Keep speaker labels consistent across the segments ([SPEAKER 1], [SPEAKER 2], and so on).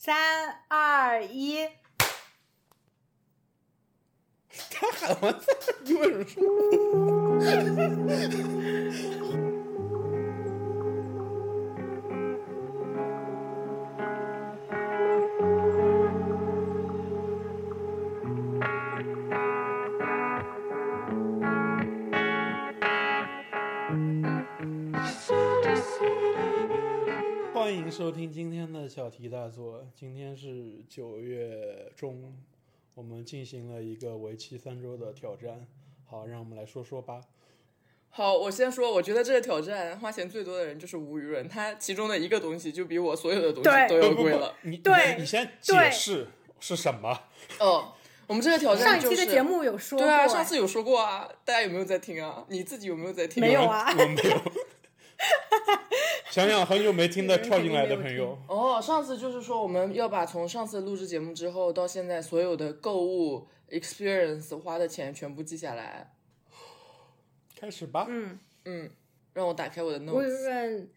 [SPEAKER 1] 三二一，
[SPEAKER 2] 他喊完，你为什么说？欢迎收听今天的小题大做。今天是九月中，我们进行了一个为期三周的挑战。好，让我们来说说吧。
[SPEAKER 3] 好，我先说，我觉得这个挑战花钱最多的人就是吴愚人，他其中的一个东西就比我所有的东
[SPEAKER 1] 对
[SPEAKER 3] 西都要贵了。
[SPEAKER 2] 不，你
[SPEAKER 1] 对
[SPEAKER 2] 你你先
[SPEAKER 1] 对
[SPEAKER 2] 解释是什么？
[SPEAKER 3] 哦，我们这个挑
[SPEAKER 4] 上
[SPEAKER 3] 战
[SPEAKER 4] 一
[SPEAKER 3] 就
[SPEAKER 4] 期
[SPEAKER 3] 是
[SPEAKER 4] 的节目有说过
[SPEAKER 3] 对
[SPEAKER 4] 哎，
[SPEAKER 3] 啊，上次有说过啊，大家有没有在听啊？你自己有没有在听？
[SPEAKER 1] 没有啊
[SPEAKER 2] 我没有。想想很久没听的跳进来的朋友，
[SPEAKER 3] 哦，上次就是说我们要把从上次录制节目之后到现在所有的购物 experience 花的钱全部记下来。
[SPEAKER 2] 开始吧。
[SPEAKER 4] 嗯，
[SPEAKER 3] 嗯，让我打开我的
[SPEAKER 4] 吴雨
[SPEAKER 3] notes。
[SPEAKER 4] 润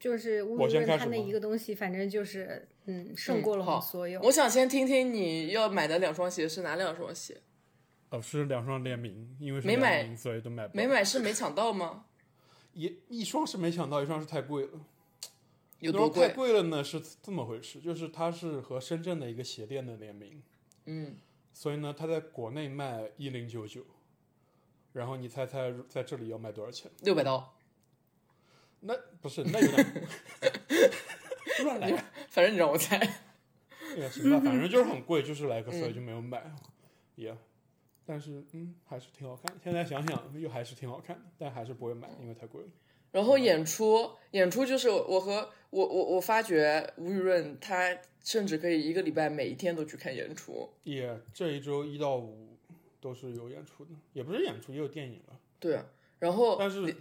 [SPEAKER 4] 就是吴
[SPEAKER 2] 我
[SPEAKER 4] 雨
[SPEAKER 2] 先
[SPEAKER 4] 润
[SPEAKER 2] 开
[SPEAKER 4] 他
[SPEAKER 2] 始
[SPEAKER 4] 那
[SPEAKER 2] 吗
[SPEAKER 4] 一个东西，反正就是嗯，胜
[SPEAKER 3] 嗯
[SPEAKER 4] 过了我
[SPEAKER 3] 好
[SPEAKER 4] 们所有。
[SPEAKER 3] 我想先听听你要买的两双鞋是哪两双鞋？
[SPEAKER 2] 哦，是两双联名，因为是
[SPEAKER 3] 没
[SPEAKER 2] 联
[SPEAKER 3] 买
[SPEAKER 2] 名，所以都买不到
[SPEAKER 3] 没。买是没抢到吗？
[SPEAKER 2] 一一双是没抢到，一双是太贵了。
[SPEAKER 3] 有
[SPEAKER 2] 然后
[SPEAKER 3] 多贵
[SPEAKER 2] 太？贵了呢，是这么回事，就是它是和深圳的一个鞋店的联名，
[SPEAKER 3] 嗯，
[SPEAKER 2] 所以呢，它在国内卖一零九九，然后你猜猜在这里要卖多少钱？
[SPEAKER 3] 六百刀。
[SPEAKER 2] 那不是，那 有点乱
[SPEAKER 4] 嗯
[SPEAKER 2] 来。
[SPEAKER 3] 反正你让我猜。
[SPEAKER 2] 也行吧，反正就是很贵，就是来个所以就没有买，
[SPEAKER 4] 嗯
[SPEAKER 2] 也、但是嗯，还是挺好看。现在想想又还是挺好看的，但还是不会买，因为太贵了。
[SPEAKER 3] 然
[SPEAKER 2] 嗯
[SPEAKER 3] 后演出，演出就是我和我我我发觉吴雨润他甚至可以一个礼拜每一天都去看演出。
[SPEAKER 2] 也这一周一到五都是有演出的，也不是演出，也有电影了。
[SPEAKER 3] 对，啊然后
[SPEAKER 2] 但
[SPEAKER 4] 哦
[SPEAKER 2] 是嗯
[SPEAKER 3] 礼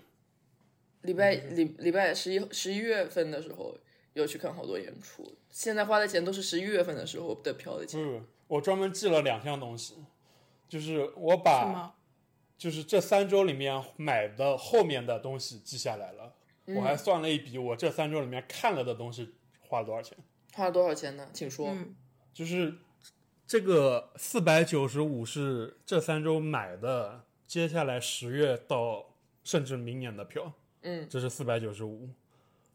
[SPEAKER 3] 礼拜礼礼拜十一十一月份的时候有去看好多演出，现在花的钱都是十一月份的时候的票的
[SPEAKER 2] 不
[SPEAKER 3] 钱。
[SPEAKER 2] 是，我专门记了两项东西，就是我
[SPEAKER 4] 什
[SPEAKER 2] 把
[SPEAKER 4] 么？
[SPEAKER 2] 就是这三周里面买的后面的东西记下来了，我还算了一笔，我这三周里面看了的东西花了多少钱。
[SPEAKER 3] 花了多少钱呢？请说。
[SPEAKER 4] 嗯，
[SPEAKER 2] 就是这个四百九十五是这三周买的，接下来十月到甚至明年的票，
[SPEAKER 3] 嗯
[SPEAKER 2] 这是四百九十五，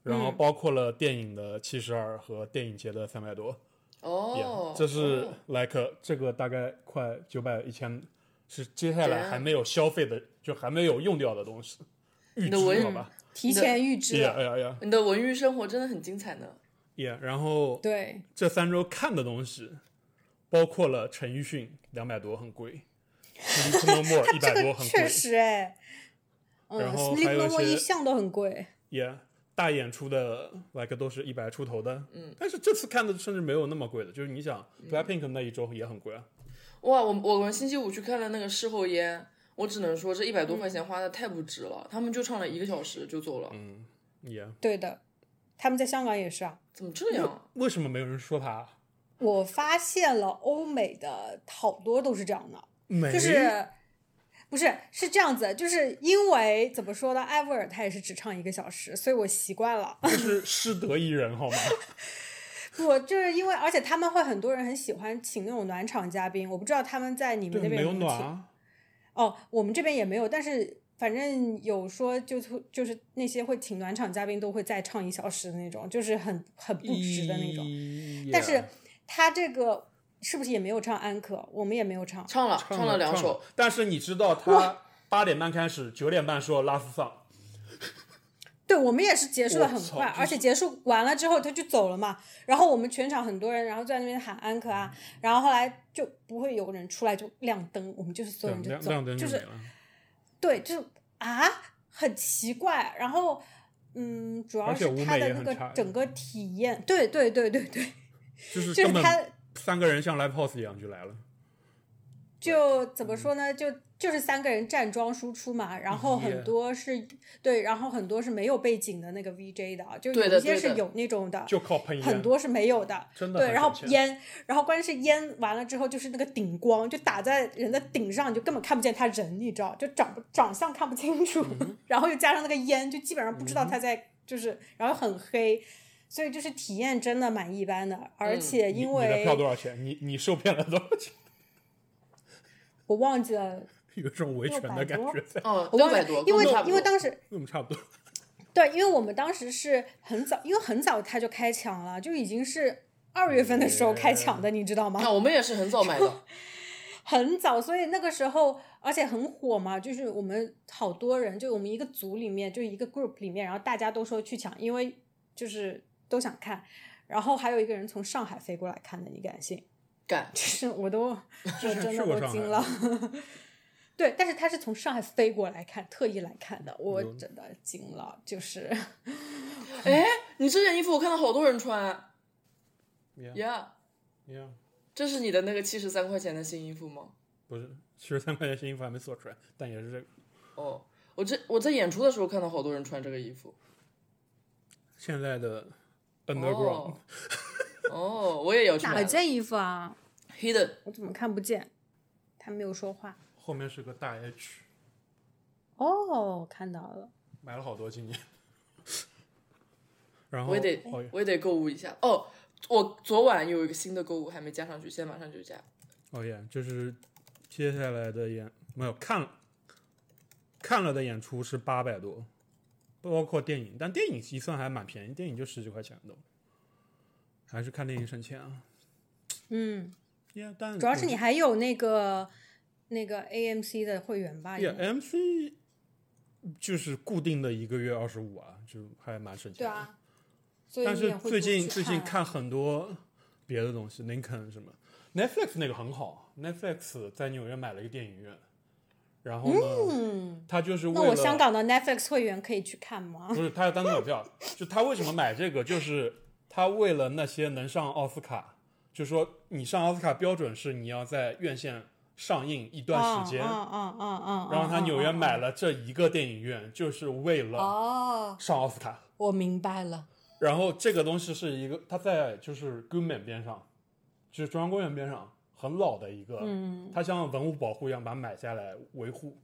[SPEAKER 2] 然后包括了电影的七十二和电影节的三百多，
[SPEAKER 3] 哦
[SPEAKER 2] Yeah，这是
[SPEAKER 3] 哦
[SPEAKER 2] like 这个大概快九百一千，是接下来
[SPEAKER 3] Yeah
[SPEAKER 2] 还没有消费的，就还没有用掉的东西，预
[SPEAKER 3] 的
[SPEAKER 2] 支
[SPEAKER 3] 文
[SPEAKER 2] 好吧？
[SPEAKER 4] 提
[SPEAKER 3] 那
[SPEAKER 4] 前预支
[SPEAKER 2] 呀
[SPEAKER 4] 了，
[SPEAKER 2] 呀呀
[SPEAKER 3] 你的文娱生活真的很精彩呢。
[SPEAKER 2] 呀，然后
[SPEAKER 4] 对，
[SPEAKER 2] 这三周看的东西，包括了陈奕迅两百多，很贵 s l e e No More 一
[SPEAKER 4] 这
[SPEAKER 2] 百多，
[SPEAKER 4] 个
[SPEAKER 2] 很
[SPEAKER 4] 确
[SPEAKER 2] 贵
[SPEAKER 4] 实哎，嗯
[SPEAKER 2] 然后还
[SPEAKER 4] ，Sleep
[SPEAKER 2] 有
[SPEAKER 4] No
[SPEAKER 2] 一
[SPEAKER 4] More
[SPEAKER 2] 些
[SPEAKER 4] 一向都很贵，
[SPEAKER 2] ，Yeah，大演出的 like 都是一百出头的，
[SPEAKER 3] 嗯，
[SPEAKER 2] 但是这次看的甚至没有那么贵的，就是你想 Blackpink 那一周也很贵啊，
[SPEAKER 3] 哇，我我们星期五去看了那个事后烟，我只能说这一百
[SPEAKER 2] 嗯
[SPEAKER 3] 多块钱花的太不值了。他们就唱了一个小时就走了，
[SPEAKER 2] 嗯，Yeah，
[SPEAKER 4] 对的。他们在香港也是啊。
[SPEAKER 3] 怎么这样？
[SPEAKER 2] 为什么没有人说他？
[SPEAKER 4] 我发现了欧美的好多都是这样的，
[SPEAKER 2] 没，
[SPEAKER 4] 就是不是是这样子，就是因为怎么说呢，艾薇儿她也是只唱一个小时，所以我习惯了。
[SPEAKER 2] 就是失德一人好吗？
[SPEAKER 4] 我就是因为，而且他们会很多人很喜欢请那种暖场嘉宾，我不知道他们在 你们
[SPEAKER 2] 对，
[SPEAKER 4] 那
[SPEAKER 2] 没
[SPEAKER 4] 边
[SPEAKER 2] 有
[SPEAKER 4] 没有
[SPEAKER 2] 暖
[SPEAKER 4] 请
[SPEAKER 2] 啊，
[SPEAKER 4] 哦，我们这边也没有，但是反正有说就是就是那些会请暖场嘉宾都会再唱一小时的那种，就是很很不值的那种。
[SPEAKER 2] 种
[SPEAKER 4] 但是他这个是不是也没有唱安可？我们也没有唱。
[SPEAKER 3] 唱了
[SPEAKER 2] 唱
[SPEAKER 3] 了两首，，
[SPEAKER 2] 但是你知道他八点半开始，九点半说拉夫桑。
[SPEAKER 4] 对，我们也是结束的
[SPEAKER 2] 我
[SPEAKER 4] 很
[SPEAKER 2] 操
[SPEAKER 4] 快，
[SPEAKER 2] 这
[SPEAKER 4] 而且结束完了之后他就走了嘛。然后我们全场很多人，然后在那边喊安可啊，
[SPEAKER 2] 嗯
[SPEAKER 4] 然后后来就不会有人出来就亮灯，我们就是所有人就
[SPEAKER 2] 亮
[SPEAKER 4] 走，
[SPEAKER 2] 亮灯
[SPEAKER 4] 就
[SPEAKER 2] 没
[SPEAKER 4] 是
[SPEAKER 2] 了。
[SPEAKER 4] 对，就是啊，很奇怪。然后，嗯，主要
[SPEAKER 2] 而且
[SPEAKER 4] 是
[SPEAKER 2] 舞
[SPEAKER 4] 他
[SPEAKER 2] 美
[SPEAKER 4] 的
[SPEAKER 2] 也
[SPEAKER 4] 那
[SPEAKER 2] 很差
[SPEAKER 4] 个整个体验，对对对对对，
[SPEAKER 2] 就是
[SPEAKER 4] 就是
[SPEAKER 2] 根本
[SPEAKER 4] 他
[SPEAKER 2] 三个人像 live house 一样就来了。
[SPEAKER 4] 就怎
[SPEAKER 2] 嗯
[SPEAKER 4] 么说呢，就就是三个人站桩输出嘛，然后
[SPEAKER 2] 也
[SPEAKER 4] 很多是对，然后很多是没有背景的那个 VJ 的啊，就
[SPEAKER 3] 对
[SPEAKER 4] 有
[SPEAKER 3] 的
[SPEAKER 4] 一些
[SPEAKER 3] 对
[SPEAKER 4] 是
[SPEAKER 3] 的
[SPEAKER 4] 有那种的，
[SPEAKER 2] 就靠喷烟，
[SPEAKER 4] 很多是没有的。
[SPEAKER 2] 真的
[SPEAKER 4] 对，
[SPEAKER 2] 很
[SPEAKER 4] 然后
[SPEAKER 2] 省钱
[SPEAKER 4] 烟，然后关键是烟完了之后，就是那个顶光就打在人的顶上，你就根本看不见他人，你知道，就长不长相看不
[SPEAKER 2] 嗯
[SPEAKER 4] 清楚，然后又加上那个烟，就基本上不知道他在、就是，然后很黑，所以就是体验真的蛮一般的，而且因为
[SPEAKER 2] 嗯你的票多少钱？你你受骗了多少钱？
[SPEAKER 4] 我忘记了，
[SPEAKER 2] 有一种维权的感觉在，
[SPEAKER 3] 哦，
[SPEAKER 4] 我
[SPEAKER 3] 六
[SPEAKER 4] 忘
[SPEAKER 3] 百
[SPEAKER 4] 了
[SPEAKER 3] 多，，
[SPEAKER 4] 因为
[SPEAKER 3] 跟我差不
[SPEAKER 4] 因为
[SPEAKER 3] 多
[SPEAKER 4] 当时
[SPEAKER 2] 跟我们差不多。
[SPEAKER 4] 对，因为我们当时是很早，因为很早他就开抢了，就已经是二月份的时候开抢
[SPEAKER 2] 嗯
[SPEAKER 4] 的，你知道吗？
[SPEAKER 3] 啊，我们也是很早买 的，
[SPEAKER 4] 很早，所以那个时候而且很火嘛，就是我们好多人，就我们一个组里面，就一个 group 里面，然后大家都说去抢，因为就是都想看。然后还有一个人从上海飞过来看的，你敢信？
[SPEAKER 3] 干
[SPEAKER 4] 就是我 都我真
[SPEAKER 2] 去
[SPEAKER 4] 的
[SPEAKER 2] 过
[SPEAKER 4] 都
[SPEAKER 2] 上海
[SPEAKER 4] 惊了。 对，但是他是从上海飞过来看，特意来看的，我
[SPEAKER 2] 嗯
[SPEAKER 4] 真的惊了，就是。
[SPEAKER 3] 哎，你这件衣服我看到好多人穿
[SPEAKER 2] Yeah,
[SPEAKER 3] 呀
[SPEAKER 2] yeah.
[SPEAKER 3] 这是你的那个七十三块钱的新衣服吗？
[SPEAKER 2] 不是，七十三块钱新衣服还没做出来，但也是这个。
[SPEAKER 3] 哦，我这我在演出的时候看到好多人穿这个衣服。
[SPEAKER 2] 现在的 underground，、
[SPEAKER 3] 哦，哦，我也要 去买
[SPEAKER 4] 哪
[SPEAKER 3] 了。
[SPEAKER 4] 件衣服啊？
[SPEAKER 3] Hidden
[SPEAKER 4] 我怎么看不见？他没有说话。
[SPEAKER 2] 后面是个大 H，
[SPEAKER 4] 哦，看到了。
[SPEAKER 2] 买了好多 今年。然后
[SPEAKER 3] 我也得
[SPEAKER 2] 哦
[SPEAKER 3] 我也得购物一下。哦，我昨晚有一个新的购物还没加上去，现在马上就加。
[SPEAKER 2] 哦耶，就是接下来的演没有看看了的演出是八百多，包括电影，但电影计算还蛮便宜，电影就十几块钱都，还是看电影省钱啊。
[SPEAKER 4] 嗯，
[SPEAKER 2] 耶，但
[SPEAKER 4] 主要是
[SPEAKER 2] 我
[SPEAKER 4] 你还有那个那个 AMC 的会员吧？
[SPEAKER 2] 也
[SPEAKER 4] 应该
[SPEAKER 2] MC 就是固定的一个月二十五啊，就还蛮省钱。
[SPEAKER 4] 对，啊。所以
[SPEAKER 2] 但
[SPEAKER 4] 你也
[SPEAKER 2] 是
[SPEAKER 4] 会多
[SPEAKER 2] 最
[SPEAKER 4] 去
[SPEAKER 2] 近最近
[SPEAKER 4] 啊
[SPEAKER 2] 看很多别的东西，林肯什么 Netflix 那个很好，Netflix 在纽约买了一个电影院，然后呢，
[SPEAKER 4] 嗯，
[SPEAKER 2] 他就是为
[SPEAKER 4] 那
[SPEAKER 2] 了
[SPEAKER 4] 我香港的 Netflix 会员可以去看吗？
[SPEAKER 2] 不是他要单独有票，就他为什么买这个，就是他为了那些能上奥斯卡，就说你上奥斯卡标准是你要在院线上映一段时间，
[SPEAKER 4] 啊啊啊啊！
[SPEAKER 2] 然后他纽约买
[SPEAKER 4] 了。
[SPEAKER 2] 了这一个电影院，就是为了
[SPEAKER 4] 哦，
[SPEAKER 2] 上奥斯卡。
[SPEAKER 4] 我明白了。
[SPEAKER 2] 然后这个东西是一个，它在就是 Goodman 边上，就是中央公园边上，很老的一个，
[SPEAKER 4] 嗯，
[SPEAKER 2] 它像文物保护一样把它买下来维护，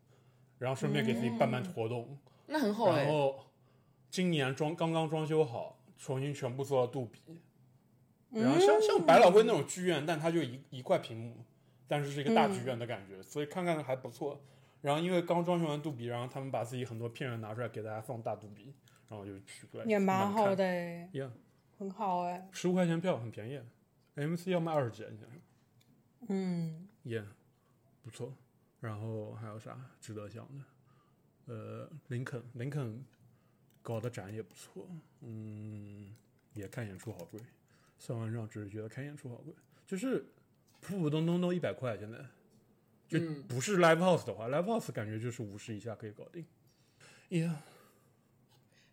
[SPEAKER 2] 然后顺便给自己办办
[SPEAKER 4] 嗯
[SPEAKER 2] 活动。
[SPEAKER 3] 那很好
[SPEAKER 2] 然
[SPEAKER 3] 哎，
[SPEAKER 2] 后今年装刚刚装修好，重新全部做到杜比。
[SPEAKER 4] 嗯
[SPEAKER 2] 然后像像百老汇那种剧院，但它就一一块屏幕，但是是一个大剧院的感觉，所以看看还不错。然后因为刚装修完杜比，然后他们把自己很多片源拿出来给大家放大杜比，然后我就去过来
[SPEAKER 4] 也蛮好
[SPEAKER 2] 看。
[SPEAKER 4] 的诶，
[SPEAKER 2] Yeah，
[SPEAKER 4] 很好哎。
[SPEAKER 2] 十五块钱票很便宜，MC 啊要卖二十几，啊你想想，
[SPEAKER 4] 嗯，
[SPEAKER 2] 也、不错。然后还有啥值得想的？呃，林肯，林肯搞的展也不错，嗯，也看演出好贵。算完账，只是觉得看演出好贵，就是普普通通都一百块现在，就
[SPEAKER 3] 嗯
[SPEAKER 2] 不是 live house 的话、l i v e house 感觉就是五十以下可以搞定。Yeah，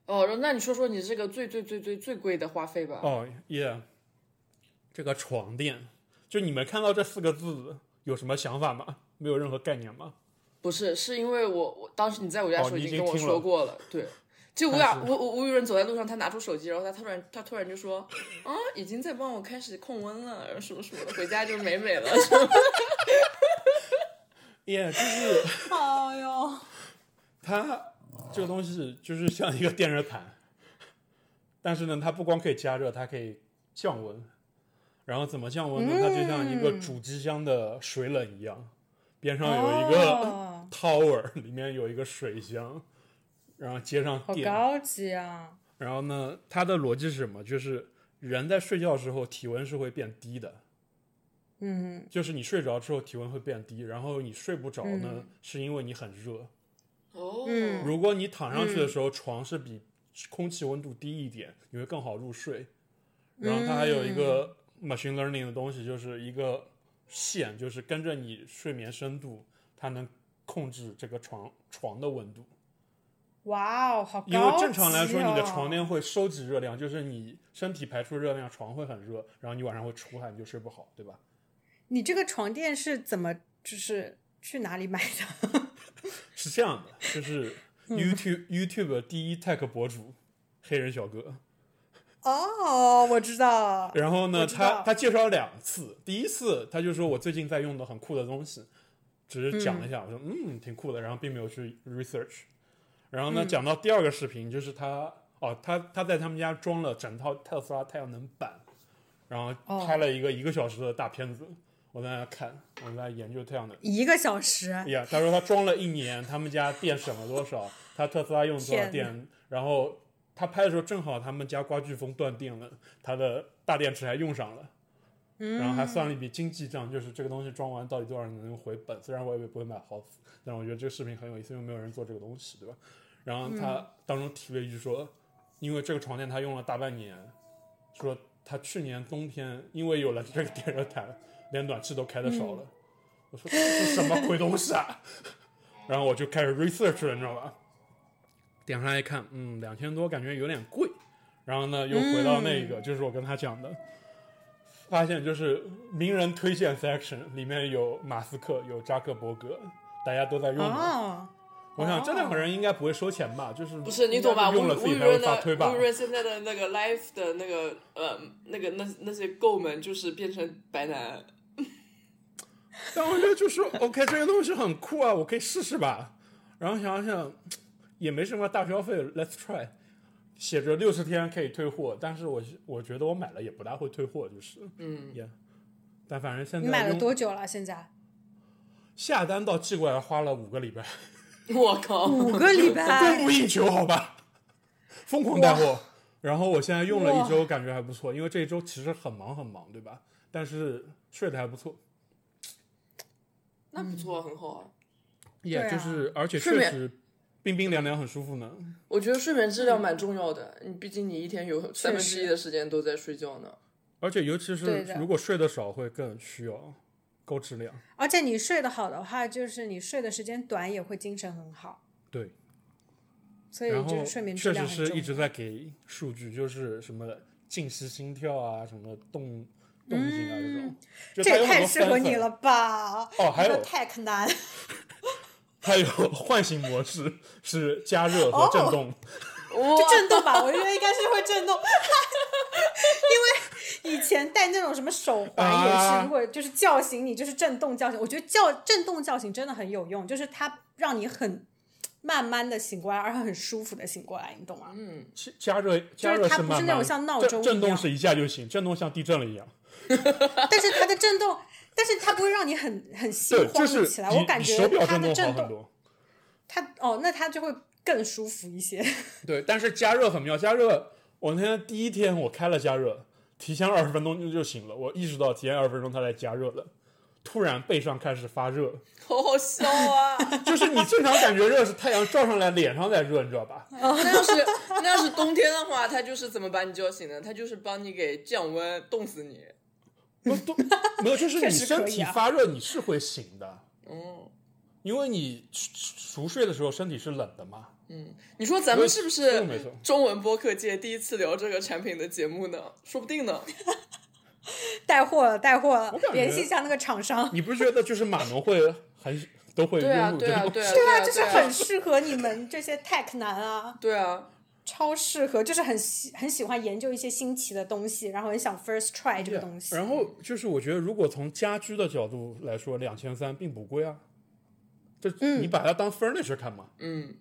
[SPEAKER 3] 哦，那你说说你这个最最最最最贵的花费吧？
[SPEAKER 2] 哦耶，这个床垫，就你们看到这四个字有什么想法吗？没有任何概念吗？
[SPEAKER 3] 不是，是因为我我当时你在我家的时候
[SPEAKER 2] 哦你
[SPEAKER 3] 已
[SPEAKER 2] 已
[SPEAKER 3] 经
[SPEAKER 2] 经
[SPEAKER 3] 跟我
[SPEAKER 2] 听
[SPEAKER 3] 说
[SPEAKER 2] 了
[SPEAKER 3] 过了， 对。就吴雅
[SPEAKER 2] 但
[SPEAKER 3] 吴吴吴雨润走在路上，他拿出手机，然后他突然他突然就说：“啊，已经在帮我开始控温了，然后什么什么的，回家就美美了。 什么
[SPEAKER 2] 耶、就是
[SPEAKER 4] 哎呦，
[SPEAKER 2] 它这个东西就是像一个电热毯，但是呢，它不光可以加热，它可以降温。然后怎么降温呢？它就像一个主机箱的水冷一样，边上有一个
[SPEAKER 4] 哦
[SPEAKER 2] tower，里面有一个水箱，然后接上
[SPEAKER 4] 好
[SPEAKER 2] 电，
[SPEAKER 4] 高级啊！
[SPEAKER 2] 然后呢，它的逻辑是什么？就是人在睡觉的时候体温是会变低的，
[SPEAKER 4] 嗯
[SPEAKER 2] 就是你睡着之后体温会变低，然后你睡不着呢，是因为你很热。
[SPEAKER 3] 哦，
[SPEAKER 4] 嗯
[SPEAKER 2] 如果你躺上去的时候，床是比空气温度低一点，你会更好入睡。然后它还有一个 machine learning 的东西，就是一个线，就是跟着你睡眠深度，它能控制这个床床的温度。
[SPEAKER 4] 哇哦，好高级、
[SPEAKER 2] 因
[SPEAKER 4] 哦！
[SPEAKER 2] 为正常来说，你的床垫会收集热量，就是你身体排出热量，床会很热，然后你晚上会出汗，你就睡不好，对吧？
[SPEAKER 4] 你这个床垫是怎么就是去哪里买的？
[SPEAKER 2] 是这样的，就是 YouTube YouTube 第一 tech 博主黑人小哥，
[SPEAKER 4] 哦，我知道，
[SPEAKER 2] 然后
[SPEAKER 4] 我
[SPEAKER 2] 呢，
[SPEAKER 4] 知道
[SPEAKER 2] 他他介绍了两次，第一次他就说我最近在用的很酷的东西，只是讲了一下，我说嗯
[SPEAKER 4] 嗯
[SPEAKER 2] 嗯挺酷的，然后并没有去 research。然后呢，讲到第二个视频，就是他哦，他他在他们家装了整套特斯拉太阳能板，然
[SPEAKER 4] 哦
[SPEAKER 2] 后拍了一个一个小时的大片子，我在那看，我在研究太阳能。
[SPEAKER 4] 一个小时，
[SPEAKER 2] 哎呀，他说他装了一年，他们家电省了多少，他特斯拉用多少
[SPEAKER 4] 天
[SPEAKER 2] 电，然后他拍的时候正好他们家刮飓风断电了，他的大电池还用上了。然后还算了一笔经济账，就是这个东西装完到底多少能回本。虽然我也不会买 house，但我觉得这个视频很有意思，因为没有人做这个东西，对吧？然后他当中提了一句说，因为这个床垫他用了大半年，说他去年冬天因为有了这个电热毯，连暖气都开的
[SPEAKER 3] 嗯
[SPEAKER 2] 少了。我说这是什么鬼东西啊？然后我就开始 research 了，你知道吧？点上来一看，嗯，两千多，感觉有点贵。然后呢，又回到那
[SPEAKER 3] 嗯
[SPEAKER 2] 个，就是我跟他讲的，发现就是名人推荐 section 里面有马斯克，有扎克伯格，大家都在用的。
[SPEAKER 4] 哦，
[SPEAKER 2] 我想这两个人应该不会收钱吧？就是
[SPEAKER 3] 不是你懂吧？
[SPEAKER 2] 应该
[SPEAKER 3] 吴
[SPEAKER 2] 用了自
[SPEAKER 3] 吴
[SPEAKER 2] 己
[SPEAKER 3] 雨
[SPEAKER 2] 才会
[SPEAKER 3] 润
[SPEAKER 2] 发
[SPEAKER 3] 的
[SPEAKER 2] 推吧
[SPEAKER 3] 吴雨？润现在的那个 life 的那个呃那个那那些 g 们就是变成白男，
[SPEAKER 2] 但我觉得就是 OK，这些东西很酷啊，我可以试试吧。然后想想也没什么大消费，Let's try。写着六十天可以退货，但是我我觉得我买了也不大会退货，就是
[SPEAKER 3] 嗯，
[SPEAKER 2] 也。但反正现在
[SPEAKER 4] 你买了
[SPEAKER 2] 用
[SPEAKER 4] 多久了？现在
[SPEAKER 2] 下单到寄过来花了五个礼拜，
[SPEAKER 3] 我靠，
[SPEAKER 4] 五个礼
[SPEAKER 2] 供
[SPEAKER 4] 拜，
[SPEAKER 2] 不应求，好吧，疯狂带货。然后我现在用了一周，感觉还不错，因为这一周其实很忙很忙，对吧？但是睡得还不错，
[SPEAKER 3] 那不错，很好啊。
[SPEAKER 2] 也、
[SPEAKER 4] 对啊
[SPEAKER 2] 就是而且
[SPEAKER 3] 睡
[SPEAKER 2] 确
[SPEAKER 3] 眠
[SPEAKER 2] 实冰冰凉凉很舒服呢。
[SPEAKER 3] 我觉得睡眠质量蛮重要的，你毕竟你一天有三分之一的时间都在睡觉呢。
[SPEAKER 2] 而且尤其是
[SPEAKER 4] 对的
[SPEAKER 2] 如果睡得少，会更需要高质量。
[SPEAKER 4] 而且你睡得好的话，就是你睡的时间短也会精神很好，
[SPEAKER 2] 对，
[SPEAKER 4] 所以
[SPEAKER 2] 然
[SPEAKER 4] 就
[SPEAKER 2] 后
[SPEAKER 4] 是睡眠质
[SPEAKER 2] 确实
[SPEAKER 4] 量很
[SPEAKER 2] 是
[SPEAKER 4] 重
[SPEAKER 2] 一
[SPEAKER 4] 要。
[SPEAKER 2] 直在给数据，就是什么静息心跳啊，什么动动静啊这种。就
[SPEAKER 4] 嗯这
[SPEAKER 2] 它有
[SPEAKER 4] 也
[SPEAKER 2] 很
[SPEAKER 4] 太
[SPEAKER 2] 多
[SPEAKER 4] 适合
[SPEAKER 2] function
[SPEAKER 4] 你了吧？
[SPEAKER 2] 哦还有
[SPEAKER 4] 你说 tech 男，
[SPEAKER 2] 它有唤醒模式，是加热和
[SPEAKER 4] 哦
[SPEAKER 2] 震动。
[SPEAKER 3] 哦
[SPEAKER 4] 就震动 吧，我觉得应该是会震动， 因为以前戴那种什么手环也
[SPEAKER 2] 啊
[SPEAKER 4] 是，如果就是叫醒你，就是震动叫醒。我觉得叫震动叫醒真的很有用，就是它让你很慢慢的醒过来，而且很舒服的醒过来，你懂吗？
[SPEAKER 3] 嗯，
[SPEAKER 2] 加加热加热
[SPEAKER 4] 它不是
[SPEAKER 2] 慢慢，
[SPEAKER 4] 那种像闹钟
[SPEAKER 2] 震
[SPEAKER 4] 一
[SPEAKER 2] 震动
[SPEAKER 4] 样
[SPEAKER 2] 是一下就行，震动像地震了一样。
[SPEAKER 4] 但是它的震动，但是它不会让你很很心
[SPEAKER 2] 对，
[SPEAKER 4] 慌
[SPEAKER 2] 就
[SPEAKER 4] 你
[SPEAKER 2] 是
[SPEAKER 4] 起来。
[SPEAKER 2] 比
[SPEAKER 4] 我感
[SPEAKER 2] 比
[SPEAKER 4] 觉
[SPEAKER 2] 手表
[SPEAKER 4] 它
[SPEAKER 2] 震
[SPEAKER 4] 的
[SPEAKER 2] 动好
[SPEAKER 4] 震
[SPEAKER 2] 很
[SPEAKER 4] 动，
[SPEAKER 2] 多。
[SPEAKER 4] 它哦，那它就会更舒服一些。
[SPEAKER 2] 对，但是加热很妙，加热我那天第一天我开了加热，提前二十分钟就就醒了，我意识到提前二十分钟它来加热了。突然背上开始发热，
[SPEAKER 3] 好好笑啊！
[SPEAKER 2] 就是你正常感觉热是太阳照上来脸上在热，你知道吧？
[SPEAKER 3] 那要是那要是冬天的话，它就是怎么把你叫醒呢？它就是帮你给降温，冻死你。
[SPEAKER 2] 不都没有，就是
[SPEAKER 4] 确
[SPEAKER 2] 你
[SPEAKER 4] 实
[SPEAKER 2] 身
[SPEAKER 4] 可以
[SPEAKER 2] 体
[SPEAKER 4] 啊
[SPEAKER 2] 发热你是会醒的，
[SPEAKER 3] 嗯
[SPEAKER 2] 因为你熟熟睡的时候身体是冷的嘛。
[SPEAKER 3] 嗯，你说咱们是不
[SPEAKER 2] 没
[SPEAKER 3] 是
[SPEAKER 2] 错没错
[SPEAKER 3] 中文播客界第一次聊这个产品的节目呢？说不定呢。
[SPEAKER 4] 带货了，带货了
[SPEAKER 2] 我感，觉
[SPEAKER 4] 联系一下那个厂商。
[SPEAKER 2] 你不觉得就是码农会很都会
[SPEAKER 3] 对啊
[SPEAKER 2] 拥，有这
[SPEAKER 3] 对
[SPEAKER 2] 个
[SPEAKER 3] 啊，
[SPEAKER 2] 东
[SPEAKER 3] 对
[SPEAKER 2] 西？
[SPEAKER 3] 啊，
[SPEAKER 4] 对啊，
[SPEAKER 3] 啊，
[SPEAKER 4] 就是
[SPEAKER 3] 对啊
[SPEAKER 4] 很适合你们这些 tech 男啊。
[SPEAKER 3] 对啊，
[SPEAKER 4] 超适合，就是很喜很喜欢研究一些新奇的东西，然后很想 first try 这个东西。
[SPEAKER 2] 啊然后就是我觉得，如果从家居的角度来说，两千三并不贵啊。这
[SPEAKER 4] 嗯
[SPEAKER 2] 你把它当 furniture 看嘛？
[SPEAKER 3] 嗯，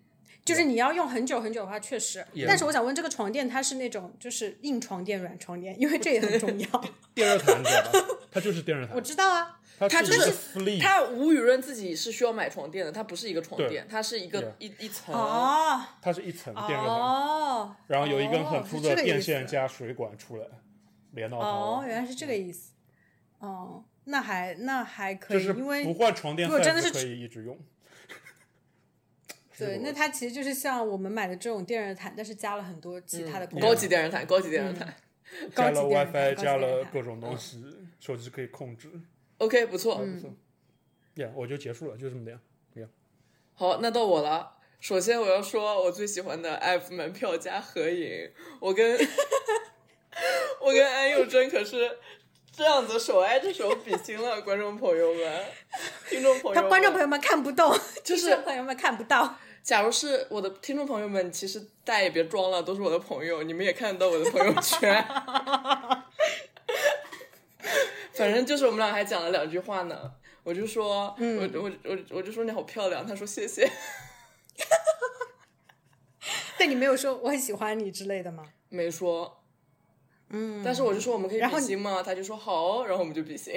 [SPEAKER 4] 就是你要用很久很久的话，确实。
[SPEAKER 2] Yeah
[SPEAKER 4] 但是我想问，这个床垫它是那种就是硬床垫、软床垫，因为这也很重要。
[SPEAKER 2] 电热毯你知道吧？它就是电热
[SPEAKER 4] 我
[SPEAKER 2] 毯，
[SPEAKER 4] 知道啊，
[SPEAKER 2] 它
[SPEAKER 3] 它
[SPEAKER 2] 是
[SPEAKER 3] 就
[SPEAKER 2] 一个
[SPEAKER 3] 是
[SPEAKER 2] sleep。
[SPEAKER 3] 它吴雨润自己是需要买床垫的，它不是一个床
[SPEAKER 2] 对
[SPEAKER 3] 垫，它是一个一一层。
[SPEAKER 4] 哦
[SPEAKER 2] 它是一层电热毯，
[SPEAKER 4] 哦
[SPEAKER 2] 然后有一根很
[SPEAKER 4] 哦
[SPEAKER 2] 粗
[SPEAKER 4] 是这
[SPEAKER 2] 的
[SPEAKER 4] 个意
[SPEAKER 2] 电
[SPEAKER 4] 思
[SPEAKER 2] 线加水管出来，连到
[SPEAKER 4] 哦，
[SPEAKER 2] 它。
[SPEAKER 4] 原来是这个意思。哦，那还那还可
[SPEAKER 2] 就
[SPEAKER 4] 以，
[SPEAKER 2] 是
[SPEAKER 4] 因
[SPEAKER 2] 不
[SPEAKER 4] 为
[SPEAKER 2] 换床垫
[SPEAKER 4] 如果真的
[SPEAKER 2] size
[SPEAKER 4] 是
[SPEAKER 2] 可以一直用。
[SPEAKER 4] 对，那
[SPEAKER 2] 它
[SPEAKER 4] 它其实就是像我们买的这种电热毯，但是加了很多其嗯他的功能
[SPEAKER 3] 高级电热毯，高级电热
[SPEAKER 2] 嗯
[SPEAKER 3] 毯。
[SPEAKER 4] 高
[SPEAKER 2] 加
[SPEAKER 4] 级
[SPEAKER 2] 了
[SPEAKER 4] 电热毯，高
[SPEAKER 2] WiFi，加
[SPEAKER 4] 级电热毯
[SPEAKER 2] 了
[SPEAKER 4] 嗯
[SPEAKER 2] 各种东西，手机可以控制。
[SPEAKER 3] OK，不错。
[SPEAKER 2] 呀，我就结束了，就这么点。
[SPEAKER 3] 好，那到我了。首先我要说，我最喜欢的 F 门票加合影，我跟我跟安宥真可是这样子手挨着手比心了，观众朋友们，听众朋友
[SPEAKER 4] 他
[SPEAKER 3] 们，
[SPEAKER 4] 观众朋友们看不 懂，
[SPEAKER 3] 就
[SPEAKER 4] 听
[SPEAKER 3] 是
[SPEAKER 4] 众朋友们看不到。
[SPEAKER 3] 假如是我的听众朋友们，其实大家也别装了，都是我的朋友，你们也看得到我的朋友 圈。反正就是我们俩还讲了两句话呢，我就说，
[SPEAKER 4] 嗯
[SPEAKER 3] 我我我我就说你好漂亮，他说谢谢，
[SPEAKER 4] 对，你没有说我很喜欢你之类的吗？
[SPEAKER 3] 没说，
[SPEAKER 4] 嗯，
[SPEAKER 3] 但是我就说我们可以
[SPEAKER 4] 然后
[SPEAKER 3] 比心嘛，他就说好，然后我们就比心。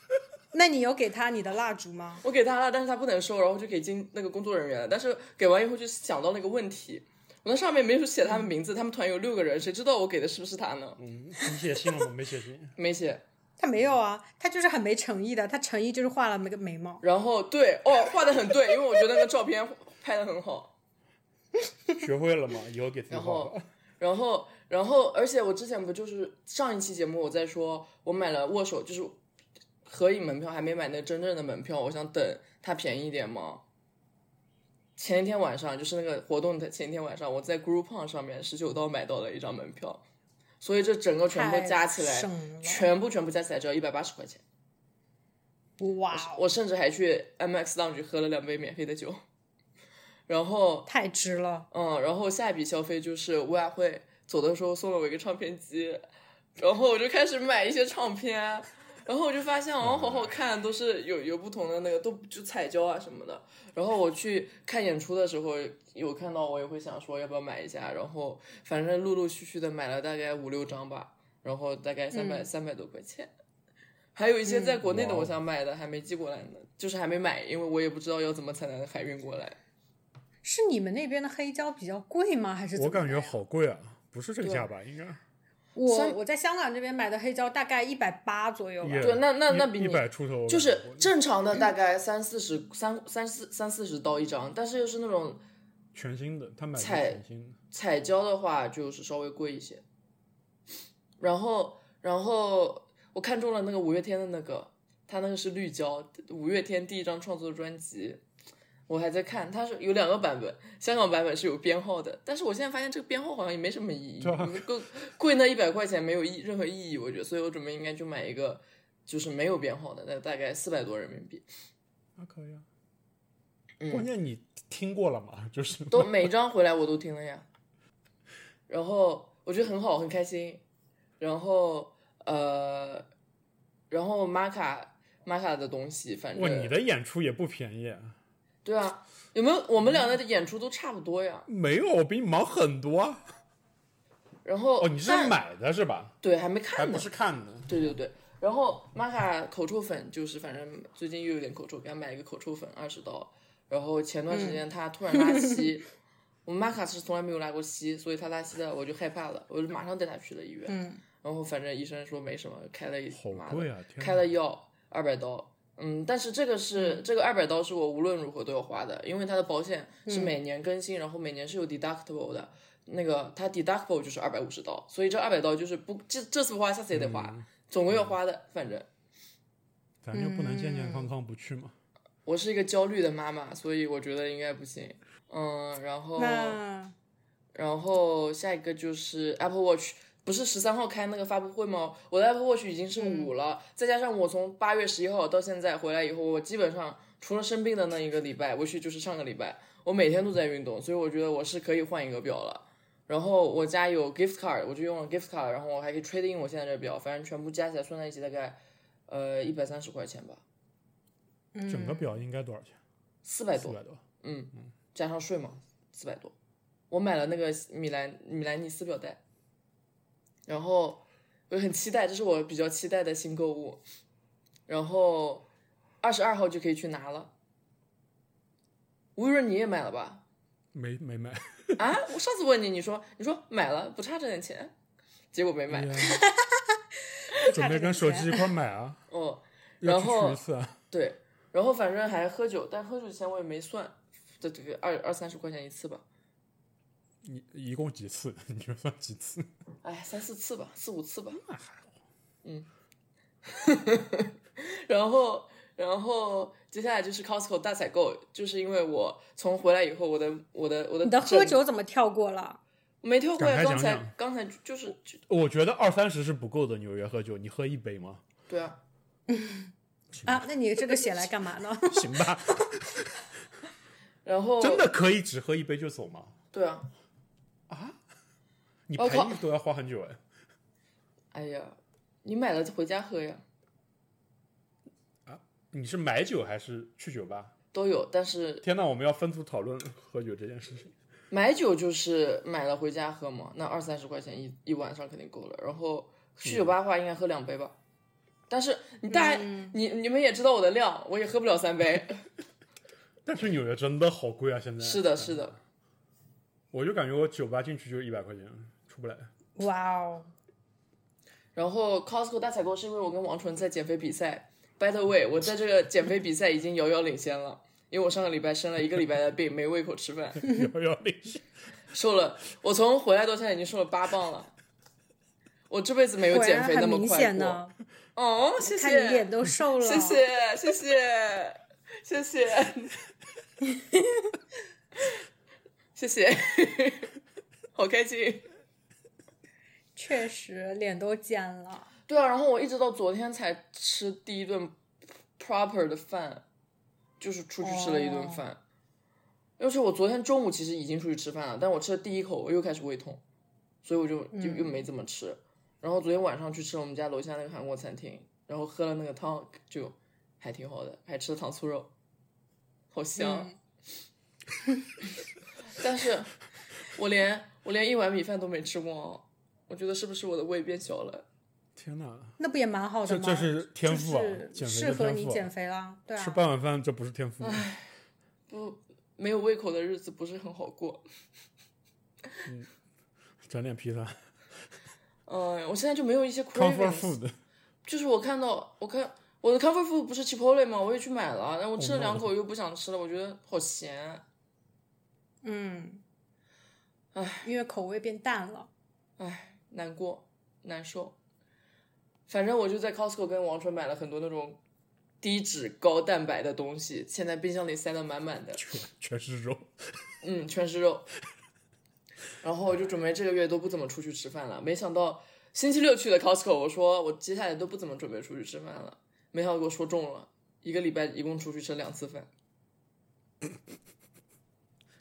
[SPEAKER 4] 那你有给他你的蜡烛吗？
[SPEAKER 3] 我给他了，但是他不能收，然后就给经那个工作人员了。但是给完以后就想到那个问题，我那上面没有写他们名字，他们团有六个人，谁知道我给的是不是他呢？
[SPEAKER 2] 嗯，你写信了吗？没写信。
[SPEAKER 3] 没写。
[SPEAKER 4] 他没有啊，他就是很没诚意的，他诚意就是画了那个眉毛。
[SPEAKER 3] 然后对哦，画的很对，因为我觉得那个照片拍的很好。
[SPEAKER 2] 学会了吗？以后给自己
[SPEAKER 3] 然
[SPEAKER 2] 画
[SPEAKER 3] 后
[SPEAKER 2] 吧。，
[SPEAKER 3] 然后，然后，而且我之前不就是上一期节目我在说，我买了握手就是合影门票，还没买那真正的门票，我想等它便宜一点嘛。前一天晚上就是那个活动的前一天晚上，我在 Groupon 上面十九刀买到了一张门票，所以这整个全部加起
[SPEAKER 4] 太
[SPEAKER 3] 来
[SPEAKER 4] 省，了
[SPEAKER 3] 全部全部加起来只要一百八十块钱。
[SPEAKER 4] 哇哦，
[SPEAKER 3] 我甚至还去 MX Lounge 喝了两杯免费的酒， 然后
[SPEAKER 4] 太值了！
[SPEAKER 3] 嗯，然后下一笔消费就是乌雅会走的时候送了我一个唱片机，然后我就开始买一些唱片，然后我就发现哦，好好看，都是有有不同的那个，都就彩椒啊什么的。然后我去看演出的时候有看到，我也会想说要不要买一下，然后反正陆陆续续的买了大概五六张吧，然后大概三百三百多块钱。还有一些在国内的
[SPEAKER 2] 哇哦
[SPEAKER 3] 我想买的还没寄过来呢，就是还没买，因为我也不知道要怎么才能海运过来。
[SPEAKER 4] 是你们那边的黑胶比较贵吗？还是怎
[SPEAKER 2] 我
[SPEAKER 4] 么
[SPEAKER 2] 感觉好贵啊，不是这个价吧？应该
[SPEAKER 4] 我
[SPEAKER 3] 三
[SPEAKER 4] 我在香港这边买的黑胶大概一百八左右吧。
[SPEAKER 2] 也
[SPEAKER 3] 对那那那
[SPEAKER 2] 一
[SPEAKER 3] 比你
[SPEAKER 2] 一百出头，
[SPEAKER 3] 就是正常的大概三四十、三三四三四十刀一张，但是又是那种
[SPEAKER 2] 全新的，他买的是
[SPEAKER 3] 菜
[SPEAKER 2] 全新的。
[SPEAKER 3] 彩椒的话，就是稍微贵一些。然后，然后我看中了那个五月天的那个，他那个是绿胶，五月天第一张创作专辑，我还在看，它是有两个版本，香港版本是有编号的，但是我现在发现这个编号好像也没什么意义，
[SPEAKER 2] 对啊
[SPEAKER 3] 贵贵那一百块钱没有意任何意义，我觉得，所以我准备应该就买一个就是没有编号的，那大概四百多人民币。
[SPEAKER 2] 那可以啊。
[SPEAKER 3] 嗯
[SPEAKER 2] 关键你听过了吗？ 就是
[SPEAKER 3] 都每一张回来我都听了呀。然后我觉得很好，很开心。然后呃，然后玛卡玛卡的东西，反
[SPEAKER 2] 哇，
[SPEAKER 3] 正
[SPEAKER 2] 你的演出也不便宜，
[SPEAKER 3] 对啊，有没有我们俩的演出都差不多呀？
[SPEAKER 2] 没有，我比你忙很多啊。
[SPEAKER 3] 然后
[SPEAKER 2] 哦，你是
[SPEAKER 3] 但
[SPEAKER 2] 买的是吧？
[SPEAKER 3] 对还没
[SPEAKER 2] 还
[SPEAKER 3] 看
[SPEAKER 2] 不
[SPEAKER 3] 呢，
[SPEAKER 2] 是看的。
[SPEAKER 3] 对对对。然后玛卡口臭粉就是，反正最近又有点口臭，给他买一个口臭粉二十刀。然后前段时间他突然拉稀，我们玛卡是从来没有拉过稀，所以他拉稀了我就害怕了，我就马上带他去了医院。
[SPEAKER 4] 嗯，
[SPEAKER 3] 然后反正医生说没什么，开了一
[SPEAKER 2] 好
[SPEAKER 3] 妈的
[SPEAKER 2] 贵啊！天哪
[SPEAKER 3] 开了药二百刀。嗯，但是这个是、这个二百刀是我无论如何都要花的，因为它的保险是每年更新，然后每年是有 deductible 的，那个它 deductible 就是二百五十刀，所以这二百刀就是不这这次不花，下次也得花，总归要花的。反正
[SPEAKER 2] 咱就不能健健康
[SPEAKER 3] 嗯
[SPEAKER 2] 康不去吗？
[SPEAKER 3] 我是一个焦虑的妈妈，所以我觉得应该不行。嗯，然后
[SPEAKER 4] 那
[SPEAKER 3] 然后下一个就是 Apple Watch，不是十三号开那个发布会吗？我的 Apple Watch 已经剩五了，再加上我从八月十一号到现在回来以后，我基本上除了生病的那一个礼拜，我去就是上个礼拜，我每天都在运动，所以我觉得我是可以换一个表了。然后我家有 gift card，我就用了 gift card，然后我还可以 trade in 我现在这表，反正全部加起来算在一起大概，呃，一百三十块钱吧，
[SPEAKER 2] 整个表应该多少钱？
[SPEAKER 3] 四百
[SPEAKER 2] 四
[SPEAKER 3] 嗯多，
[SPEAKER 2] 百多。
[SPEAKER 3] 加上税嘛，四百多。我买了那个米兰米兰尼斯表带，然后我很期待，这是我比较期待的新购物。然后二十二号就可以去拿了。吴雨润，你也买了吧？
[SPEAKER 2] 没没买，
[SPEAKER 3] 啊，我上次问你，你说你说买了，不差这点钱，结果没买。
[SPEAKER 2] 哎准备跟手机一块买啊，
[SPEAKER 3] 哦，
[SPEAKER 2] 要
[SPEAKER 3] 然
[SPEAKER 2] 去
[SPEAKER 3] 后
[SPEAKER 2] 去一次啊。
[SPEAKER 3] 对，然后反正还喝酒，但喝酒钱我也没算，这这个二二三十块钱一次吧，
[SPEAKER 2] 一一共几次？ 你就算几次？
[SPEAKER 3] 哎，三四次吧，四五次吧。嗯
[SPEAKER 2] 那还好。
[SPEAKER 3] 然后，然后接下来就是 Costco 大采购，就是因为我从回来以后，我的我的我的
[SPEAKER 4] 你的
[SPEAKER 3] 整
[SPEAKER 4] 喝酒怎么跳过了？
[SPEAKER 3] 没跳过呀，
[SPEAKER 2] 展开
[SPEAKER 3] 刚
[SPEAKER 2] 讲讲
[SPEAKER 3] 才刚才就是就
[SPEAKER 2] 我觉得二三十是不够的。纽约喝酒，你喝一杯吗？
[SPEAKER 3] 对啊，
[SPEAKER 4] 啊，那你这个写来干嘛呢？
[SPEAKER 2] 行 吧，
[SPEAKER 3] 然后
[SPEAKER 2] 真的可以只喝一杯就走吗？
[SPEAKER 3] 对啊，
[SPEAKER 2] 你
[SPEAKER 3] 我
[SPEAKER 2] 排
[SPEAKER 3] 靠
[SPEAKER 2] 队都要花很久哎。
[SPEAKER 3] 哎呀，你买了回家喝呀，
[SPEAKER 2] 你是买酒还是去酒吧？
[SPEAKER 3] 都有，但是
[SPEAKER 2] 天呐，我们要分组讨论喝酒这件事情。
[SPEAKER 3] 买酒就是买了回家喝嘛，那二三十块钱一一晚上肯定够了。然后去酒吧的话，应该喝两杯吧。但是你大家、
[SPEAKER 4] 嗯
[SPEAKER 3] 你你们也知道我的量，我也喝不了三杯。
[SPEAKER 2] 但是纽约真的好贵啊，现在
[SPEAKER 3] 是的，是的，
[SPEAKER 2] 我就感觉我酒吧进去就一百块钱，出不来。
[SPEAKER 4] 哇哦，
[SPEAKER 3] 然后 Costco 大采购是因为我跟王纯在减肥比赛。By the way，我在这个减肥比赛已经遥遥领先了，因为我上个礼拜生了一个礼拜的病，没胃口吃饭，
[SPEAKER 2] 幺幺零，
[SPEAKER 3] 瘦了。我从回来到现在已经瘦了八磅了，我这辈子没有
[SPEAKER 4] 果
[SPEAKER 3] 减
[SPEAKER 4] 然
[SPEAKER 3] 肥那
[SPEAKER 4] 很
[SPEAKER 3] 么
[SPEAKER 4] 明
[SPEAKER 3] 快
[SPEAKER 4] 显
[SPEAKER 3] 过。
[SPEAKER 4] 呢，
[SPEAKER 3] 哦，谢
[SPEAKER 4] 看你脸
[SPEAKER 3] 谢，
[SPEAKER 4] 都瘦了，
[SPEAKER 3] 谢谢，谢谢， 谢谢，谢谢，好开心。
[SPEAKER 4] 确实脸都尖了。
[SPEAKER 3] 对啊，然后我一直到昨天才吃第一顿 proper 的饭，就是出去吃了一顿饭。要是我昨天中午其实已经出去吃饭了，但我吃了第一口我又开始胃痛，所以我就就又没怎么吃。然后昨天晚上去吃了我们家楼下那个韩国餐厅，然后喝了那个汤，就还挺好的，还吃了糖醋肉，好香。 但是我连我连一碗米饭都没吃过哦，我觉得是不是我的胃变小了？
[SPEAKER 2] 天哪，
[SPEAKER 4] 那不也蛮好的
[SPEAKER 2] 这
[SPEAKER 4] 吗？
[SPEAKER 2] 这是天赋啊
[SPEAKER 4] 就是，
[SPEAKER 2] 减肥
[SPEAKER 4] 适
[SPEAKER 2] 的
[SPEAKER 4] 合
[SPEAKER 2] 天
[SPEAKER 4] 你
[SPEAKER 2] 赋啊
[SPEAKER 4] 减肥啦，对啊
[SPEAKER 2] 吃。半碗饭这不是天赋，
[SPEAKER 3] 不嗯没有胃口的日子不是很好过。
[SPEAKER 2] 整点披萨
[SPEAKER 3] 嗯，我现在就没有一些
[SPEAKER 2] ，comfort
[SPEAKER 3] cravings，
[SPEAKER 2] food，
[SPEAKER 3] 就是我看到我看我的 comfort food 不是 Chipotle 吗？我也去买了，啊但我吃了两口又不想吃了，我觉得好咸。
[SPEAKER 4] 嗯，
[SPEAKER 3] 唉，
[SPEAKER 4] 因为口味变淡了。
[SPEAKER 3] 唉，难过，难受。反正我就在 Costco 跟王纯买了很多那种低脂高蛋白的东西，现在冰箱里塞得满满的，
[SPEAKER 2] 全 全是肉。
[SPEAKER 3] 嗯，全是肉。然后我就准备这个月都不怎么出去吃饭了，没想到星期六去的 Costco，我说我接下来都不怎么准备出去吃饭了，没想到给我说中了，一个礼拜一共出去吃两次饭。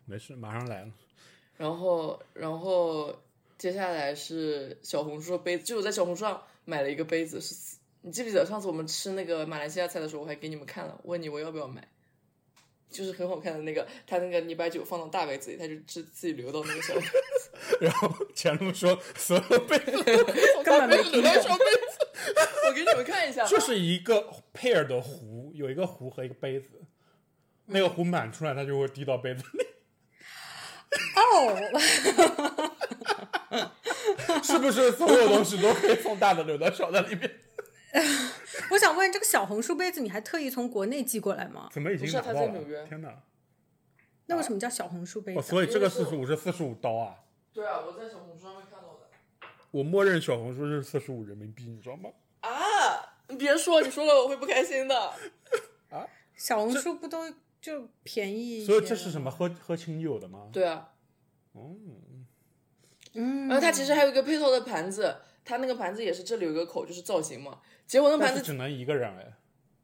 [SPEAKER 2] 没事，马上来了。
[SPEAKER 3] 然后，然后接下来是小红书的杯子，就我在小红书上买了一个杯子，是四你记不记得上次我们吃那个马来西亚菜的时候，我还给你们看了，问你我要不要买，就是很好看的那个，它那个你把酒放到大杯子里，它就自自己流到那个小杯子，
[SPEAKER 2] 然后前路说所有被
[SPEAKER 4] 根本没
[SPEAKER 3] 流到小杯子，我给你们看 一 下，
[SPEAKER 2] 这是一个 pair 的壶，有一个壶和一个杯子，那个壶满出来，它就会滴到杯子里，
[SPEAKER 4] 哦，
[SPEAKER 2] 是不是所有东西都可以从大的流到小的里面？
[SPEAKER 4] 我想问，这个小红书杯子你还特意从国内寄过来吗？
[SPEAKER 2] 怎么已
[SPEAKER 3] 不
[SPEAKER 2] 经
[SPEAKER 3] 是
[SPEAKER 2] 拿
[SPEAKER 3] 他
[SPEAKER 2] 到
[SPEAKER 3] 在纽约哎
[SPEAKER 2] 了？天哪！
[SPEAKER 4] 那为什么叫小红书杯
[SPEAKER 2] 哦，
[SPEAKER 4] 子啊？
[SPEAKER 2] 所以这个四十五是四十五刀啊！
[SPEAKER 3] 对啊，我在小红书上面看到的
[SPEAKER 2] 我默认小红书是四十五人民币，你知道吗？
[SPEAKER 3] 啊，你别说，你说了我会不开心的，
[SPEAKER 4] 小红书不都就便宜一些？
[SPEAKER 2] 所以这是什么？喝喝清酒的吗？
[SPEAKER 3] 对啊，
[SPEAKER 2] 嗯，
[SPEAKER 4] 嗯，
[SPEAKER 3] 然后它其实还有一个配套的盘子，它那个盘子也是这里有一个口，就是造型嘛。结果那
[SPEAKER 2] 但
[SPEAKER 3] 盘
[SPEAKER 2] 是
[SPEAKER 3] 子，
[SPEAKER 2] 只能一个人哎。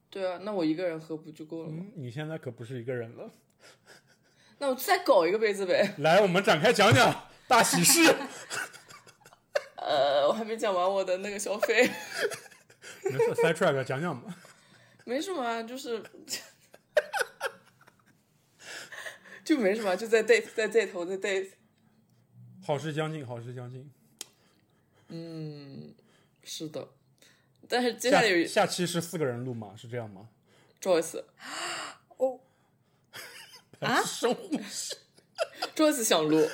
[SPEAKER 3] 对啊，那我一个人喝不就够了吗？
[SPEAKER 2] 嗯，你现在可不是一个人了。
[SPEAKER 3] 那我再搞一个杯子呗。
[SPEAKER 2] 来，我们展开讲讲大喜 事。
[SPEAKER 3] 呃，我还没讲完我的那个消费，
[SPEAKER 2] 没事，side track 讲讲吧。
[SPEAKER 3] 没什么啊，就是， 就没什么啊，就在 date，在 date，我在 date。
[SPEAKER 2] 好事将近，好事将近。
[SPEAKER 3] 嗯，是的。但是接下
[SPEAKER 2] 下
[SPEAKER 3] 来有一
[SPEAKER 2] 下期是四个人录吗？是这样吗？
[SPEAKER 3] Joyce，Joyce
[SPEAKER 4] 哦， 啊
[SPEAKER 2] 生物，
[SPEAKER 3] 想录，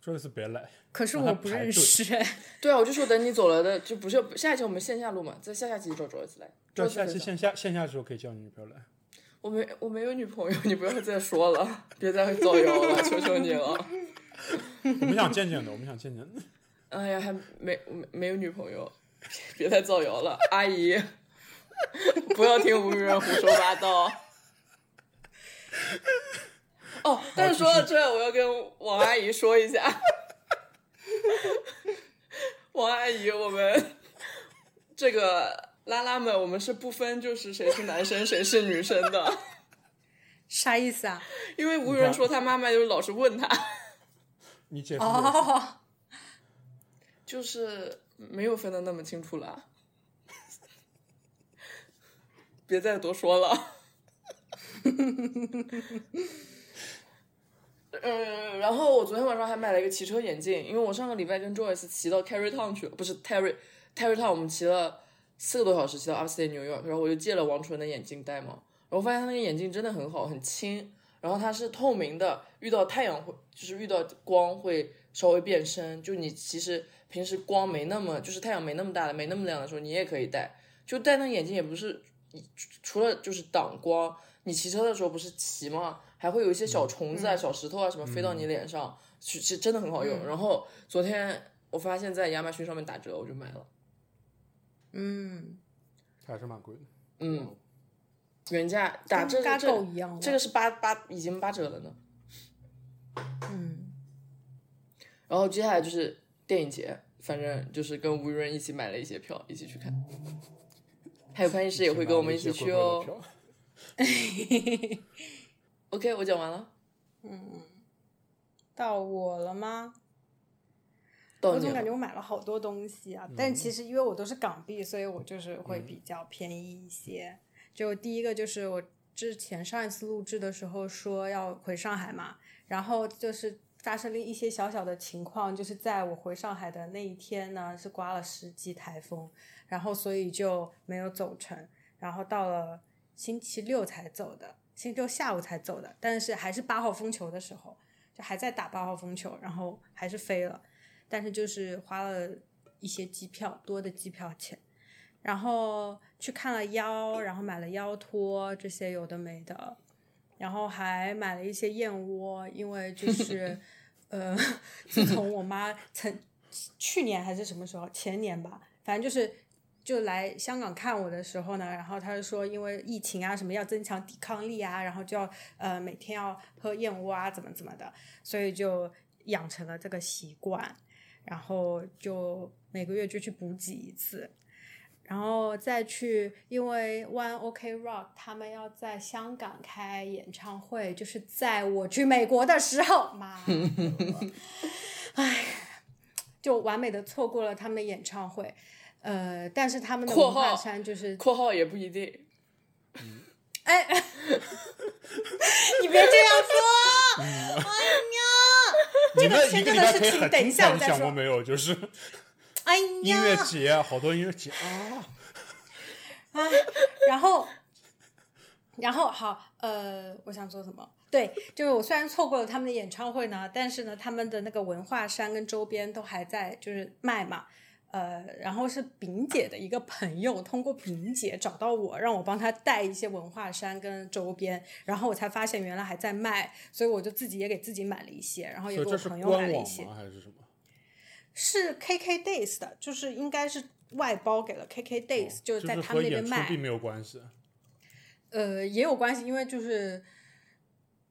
[SPEAKER 2] 这次别来。
[SPEAKER 4] 可是
[SPEAKER 2] 让它
[SPEAKER 4] 我不
[SPEAKER 2] 排
[SPEAKER 4] 认
[SPEAKER 2] 队
[SPEAKER 4] 识 哎。
[SPEAKER 3] 对啊，我就说等你走了的，就不是下一期我们线下录嘛，在下下期找 Joyce 来。
[SPEAKER 2] 对，
[SPEAKER 3] Joyce
[SPEAKER 2] 下期
[SPEAKER 3] 分享
[SPEAKER 2] 线下线下的时候可以叫你女朋友来。
[SPEAKER 3] 我没我没有女朋友，你不要再说了，别再造谣了，求求你了。
[SPEAKER 2] 我们想见见的，我们想见见的。
[SPEAKER 3] 哎呀，还没没没有女朋友，别再造谣了，阿姨， 不要听吴雨润胡说八道。哦，但是说到这，我要跟王阿姨说一下，王阿姨，我们这个拉拉们，我们是不分就是谁是男生谁是女生的。
[SPEAKER 4] 啥意思啊？
[SPEAKER 3] 因为吴雨润说他妈妈就老是问他，
[SPEAKER 2] 你解释解释。
[SPEAKER 4] 哦，
[SPEAKER 3] 就是没有分的那么清楚了。别再多说了。嗯，然后我昨天晚上还买了一个骑车眼镜，因为我上个礼拜跟 Joyce 骑到 Carry Town 去了，不是 Terry Terry Town，我们骑了四个多小时，骑到 Upstate New York，然后我就借了王纯的眼镜戴嘛，然后发现他那个眼镜真的很好，很轻，然后它是透明的，遇到太阳会就是遇到光会稍微变深，就你其实平时光没那么就是太阳没那么大的没那么亮的时候，你也可以戴，就戴那个眼镜也不是除了就是挡光，你骑车的时候不是骑吗？还会有一些小虫
[SPEAKER 4] 嗯
[SPEAKER 3] 子啊、小石头啊什么飞到你脸上，是是真的很好用。然后昨天我发现，在亚马逊上面打折，我就买了。
[SPEAKER 4] 嗯，
[SPEAKER 2] 还是蛮贵的。
[SPEAKER 3] 嗯，原价打折
[SPEAKER 4] 跟嘎
[SPEAKER 3] 这
[SPEAKER 4] 狗一样了。
[SPEAKER 3] 这个是八八已经八折了呢。
[SPEAKER 4] 嗯，
[SPEAKER 3] 然后接下来就是电影节，反正就是跟吴雨润一起买了一些票，一起去看。还有 潘医师也会跟我们一起去哦
[SPEAKER 2] 去买了一些贵贵的。票。
[SPEAKER 3] OK，我讲完了，
[SPEAKER 4] 到我了吗？
[SPEAKER 3] 到
[SPEAKER 4] 我
[SPEAKER 3] 你
[SPEAKER 4] 总感觉
[SPEAKER 3] 了。
[SPEAKER 4] 我买了好多东西啊，但其实因为我都是港币，所以我就是会比较便宜一些。就第一个就是我之前上一次录制的时候说要回上海嘛，然后就是发生了一些小小的情况，就是在我回上海的那一天呢，是刮了十级台风，然后所以就没有走成，然后到了星期六才走的，星期六下午才走的，但是还是八号风球的时候，就还在打八号风球，然后还是飞了。但是就是花了一些机票多的机票钱，然后去看了腰，然后买了腰托这些有的没的，然后还买了一些燕窝，因为就是呃，自从我妈曾去年还是什么时候前年吧，反正就是。就来香港看我的时候呢，然后她就说，因为疫情啊，什么要增强抵抗力啊，然后就要呃每天要喝燕窝啊，怎么怎么的，所以就养成了这个习惯。然后就每个月就去补给一次，然后再去，因为 One OK Rock 他们要在香港开演唱会，就是在我去美国的时候，妈的，唉，就完美的错过了他们的演唱会。呃，但是他们的
[SPEAKER 3] 括
[SPEAKER 4] 文化
[SPEAKER 3] 号
[SPEAKER 4] 衫就是，
[SPEAKER 3] 括号也不一定，
[SPEAKER 4] 哎， 你别这样说，
[SPEAKER 2] 你们
[SPEAKER 4] 这
[SPEAKER 2] 一
[SPEAKER 4] 个
[SPEAKER 2] 个礼拜
[SPEAKER 4] 事
[SPEAKER 2] 可以
[SPEAKER 4] 情
[SPEAKER 2] 很
[SPEAKER 4] 等
[SPEAKER 2] 频
[SPEAKER 4] 一下
[SPEAKER 2] 繁
[SPEAKER 4] 我
[SPEAKER 2] 地
[SPEAKER 4] 再
[SPEAKER 2] 想
[SPEAKER 4] 说
[SPEAKER 2] 过没有？就是
[SPEAKER 4] 哎呀，
[SPEAKER 2] 音乐节，好多音乐节
[SPEAKER 4] 哦
[SPEAKER 2] 啊，
[SPEAKER 4] 啊， 然后，然后好，呃，我想说什么？对，就是我虽然错过了他们的演唱会呢，但是呢，他们的那个文化衫跟周边都还在，就是卖嘛。呃，然后是饼姐的一个朋友通过饼姐找到我，让我帮她带一些文化衫跟周边，然后我才发现原来还在卖，所以我就自己也给自己买了一些，然后也
[SPEAKER 2] 所以
[SPEAKER 4] 给
[SPEAKER 2] 这
[SPEAKER 4] 我
[SPEAKER 2] 是
[SPEAKER 4] 朋
[SPEAKER 2] 官
[SPEAKER 4] 友买了一
[SPEAKER 2] 网
[SPEAKER 4] 些。
[SPEAKER 2] 吗？还是什么？
[SPEAKER 4] 是 KK Days 的，就是应该是外包给了 KK Days，、就是在他
[SPEAKER 2] 哦和
[SPEAKER 4] 们那
[SPEAKER 2] 演
[SPEAKER 4] 边
[SPEAKER 2] 出
[SPEAKER 4] 卖。
[SPEAKER 2] 并没有关系。
[SPEAKER 4] 呃，也有关系，因为就是，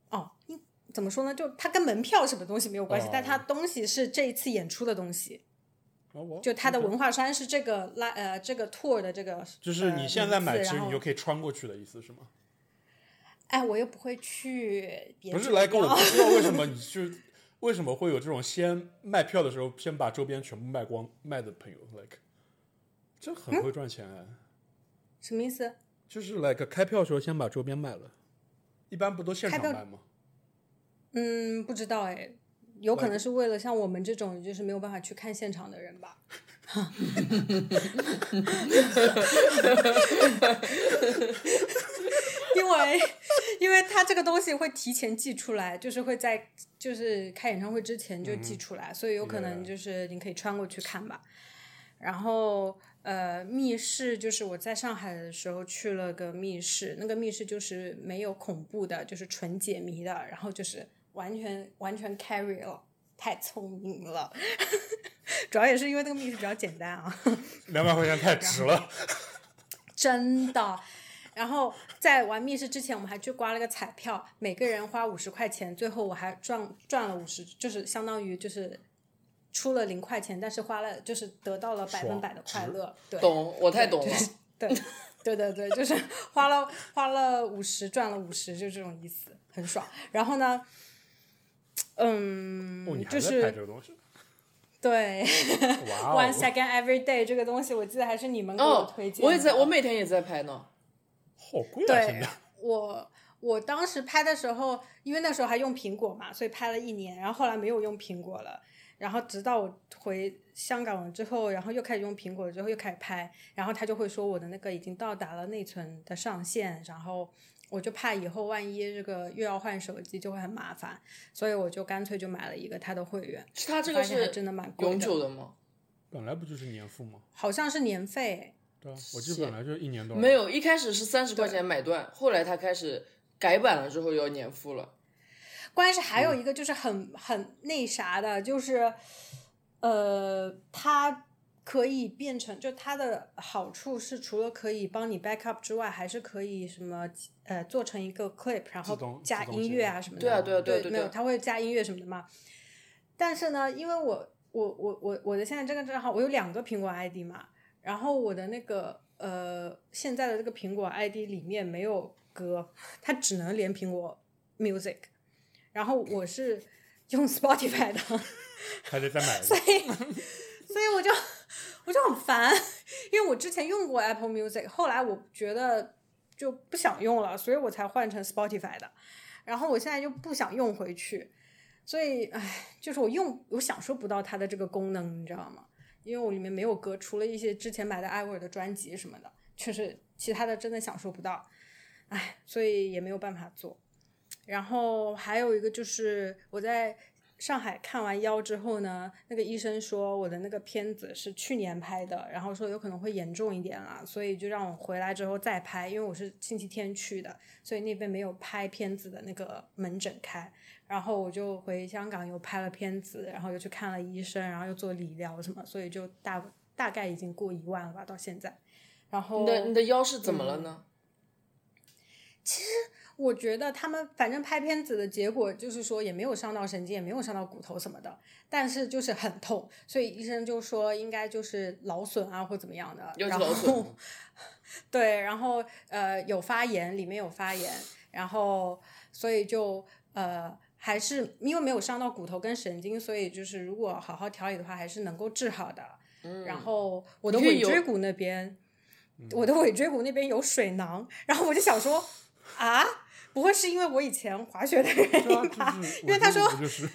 [SPEAKER 4] 哦，你怎么说呢？就它跟门票什么东西没有关系，
[SPEAKER 2] 哦
[SPEAKER 4] 但它东西是这一次演出的东西，
[SPEAKER 2] 哦我
[SPEAKER 4] 就它的文化衫是这个拉呃这个 tour 的这个，
[SPEAKER 2] 就是你现在买，
[SPEAKER 4] 呃
[SPEAKER 2] 其实
[SPEAKER 4] 名字然
[SPEAKER 2] 你就
[SPEAKER 4] 后
[SPEAKER 2] 可以穿过去的意思是吗？
[SPEAKER 4] 哎，我又不会去别的地
[SPEAKER 2] 不
[SPEAKER 4] 方，
[SPEAKER 2] 是来跟我不知道为 什么你是为什么会有这种先卖票的时候先把周边全部卖光卖的朋友，like 这
[SPEAKER 4] 嗯
[SPEAKER 2] 很会赚钱哎，
[SPEAKER 4] 什么意思？
[SPEAKER 2] 就是 like 开票的时候先把周边卖了，一般不都现场
[SPEAKER 4] 开票
[SPEAKER 2] 卖吗？
[SPEAKER 4] 嗯，不知道哎，有可
[SPEAKER 2] 来
[SPEAKER 4] 能是为了像我们这种就是没有办法去看现场的人吧。因为，因为他这个东西会提前寄出来，就是会在就是开演唱会之前就寄出来，所以有可能
[SPEAKER 2] Yeah
[SPEAKER 4] 就是你可以穿过去看吧。然后呃，密室就是我在上海的时候去了个密室，那个密室就是没有恐怖的，就是纯解谜的，然后就是完全完全 carry 了，太聪明了。 主要也是因为那个密室比较简单啊。
[SPEAKER 2] 两百块钱太 值了，
[SPEAKER 4] 真的。然后在玩密室之前，我们还去刮了个彩票，每个人花五十块钱，最后我还赚赚了五十，就是相当于就是出了零块钱，但是花了就是得到了百分百的快乐。对，
[SPEAKER 3] 懂？我太懂了。
[SPEAKER 4] 对，对对对，就是花了花了五十，赚了五十，就这种意思，很爽。然后呢，嗯，
[SPEAKER 2] 哦，你还
[SPEAKER 4] 就
[SPEAKER 2] 在拍
[SPEAKER 4] 是
[SPEAKER 2] 这 个东西？
[SPEAKER 4] 对、
[SPEAKER 2] 哇
[SPEAKER 4] o n e
[SPEAKER 2] 哦，
[SPEAKER 4] second every day 这个东西，我记得还是你们给我
[SPEAKER 3] 哦
[SPEAKER 4] 推，荐的、
[SPEAKER 3] 我也在，我每天也在拍呢。
[SPEAKER 2] 好贵啊！现
[SPEAKER 4] 对
[SPEAKER 2] 在
[SPEAKER 4] 我我当时拍的时候，因为那时候还用苹果嘛，所以拍了一年，然后后来没有用苹果了。然后直到我回香港了之后，然后又开始用苹果了之后又开始拍，然后他就会说我的那个已经到达了内存的上限，然后我就怕以后万一这个又要换手机就会很麻烦，所以我就干脆就买了一个他的会员，
[SPEAKER 3] 是它这个
[SPEAKER 4] 发现还
[SPEAKER 3] 是
[SPEAKER 4] 真的蛮贵的
[SPEAKER 3] 永久的吗？
[SPEAKER 2] 本来不就是年付吗？
[SPEAKER 4] 好像是年费，
[SPEAKER 2] 对啊，我记得本来就一年多少。
[SPEAKER 3] 没有，一开始是三十块钱买断，后来它开始改版了之后要年付了。
[SPEAKER 4] 关键是还有
[SPEAKER 2] 嗯
[SPEAKER 4] 一个就是很很那啥的，就是，呃，它可以变成，就它的好处是除了可以帮你 backup 之外，还是可以什么呃做成一个 clip，然
[SPEAKER 2] 自动
[SPEAKER 4] 后加
[SPEAKER 2] 自动
[SPEAKER 4] 音
[SPEAKER 2] 截
[SPEAKER 4] 乐啊什么的。
[SPEAKER 3] 对啊，对啊，
[SPEAKER 4] 对
[SPEAKER 3] 啊，对
[SPEAKER 4] 没有，
[SPEAKER 3] 啊。
[SPEAKER 4] 它会加音乐什么的嘛。但是呢，因为我我我我我的现在这个账号，我有两个苹果 ID 嘛，然后我的那个呃现在的这个苹果 ID 里面没有歌，它只能连苹果 Music，然后我是用 Spotify 的，
[SPEAKER 2] 还得再买一
[SPEAKER 4] 所
[SPEAKER 2] 个。
[SPEAKER 4] 以所以我就我就很烦，因为我之前用过 Apple Music，后来我觉得就不想用了，所以我才换成 Spotify 的。然后我现在就不想用回去，所以唉，就是我用我享受不到它的这个功能，你知道吗？因为我里面没有歌，除了一些之前买的艾薇儿的专辑什么的，就是其他的真的享受不到，唉，所以也没有办法做。然后还有一个就是我在上海看完腰之后呢，那个医生说我的那个片子是去年拍的，然后说有可能会严重一点啦，所以就让我回来之后再拍，因为我是星期天去的，所以那边没有拍片子的那个门诊开。然后我就回香港又拍了片子，然后又去看了医生，然后又做理疗什么，所以就大大概已经过一万了吧，到现在。然后
[SPEAKER 3] 你的你的腰是怎么
[SPEAKER 4] 嗯
[SPEAKER 3] 了呢？
[SPEAKER 4] 我觉得他们反正拍片子的结果就是说也没有伤到神经，也没有伤到骨头什么的，但是就是很痛，所以医生就说应该就是劳损啊或怎么样的，
[SPEAKER 3] 腰肌
[SPEAKER 4] 然
[SPEAKER 3] 劳损
[SPEAKER 4] 后 对，然后呃有发炎，里面有发炎，然后所以就呃还是因为没有伤到骨头跟神经，所以就是如果好好调理的话，还是能够治好的。然后我的
[SPEAKER 3] 你可以
[SPEAKER 4] 尾
[SPEAKER 3] 嗯有嗯
[SPEAKER 4] 椎骨那边，我的尾椎骨那边有水囊，然后我就想说啊，不会是因为我以前滑雪的原因
[SPEAKER 2] 对啊
[SPEAKER 4] 吧
[SPEAKER 2] 就？是
[SPEAKER 4] 因为他说
[SPEAKER 2] 我觉得不就是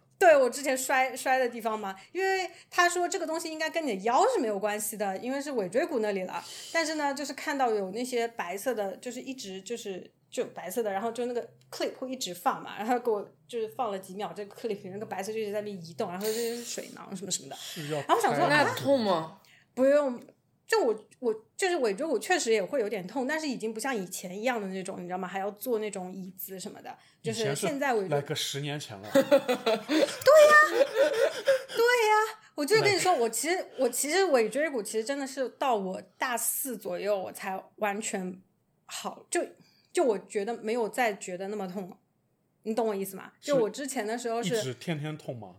[SPEAKER 4] 对我之前摔摔的地方嘛，因为他说这个东西应该跟你的腰是没有关系的，因为是尾椎骨那里了。但是呢，就是看到有那些白色的，就是一直就是就白色的，然后就那个 clip 会一直放嘛，然后给我就是放了几秒，这个 clip 那个白色就一直在那边移动，然后这就是水囊什么什么的。
[SPEAKER 2] 是要
[SPEAKER 4] 后我想说啊
[SPEAKER 2] 开
[SPEAKER 3] 那
[SPEAKER 2] 吗
[SPEAKER 3] 痛？吗？
[SPEAKER 4] 不用，就我我就是尾椎骨确实也会有点痛，但是已经不像以前一样的那种，你知道吗？还要坐那种椅子什么的，就
[SPEAKER 2] 以前
[SPEAKER 4] 现在尾
[SPEAKER 2] 来
[SPEAKER 4] 椎。
[SPEAKER 2] 个十年前了，
[SPEAKER 4] 我就是跟你说，我其实我其实尾椎骨其实真的是到我大四左右我才完全好，就就我觉得没有再觉得那么痛了，你懂我意思吗？就是我之前的时候
[SPEAKER 2] 一
[SPEAKER 4] 是
[SPEAKER 2] 直天天痛吗？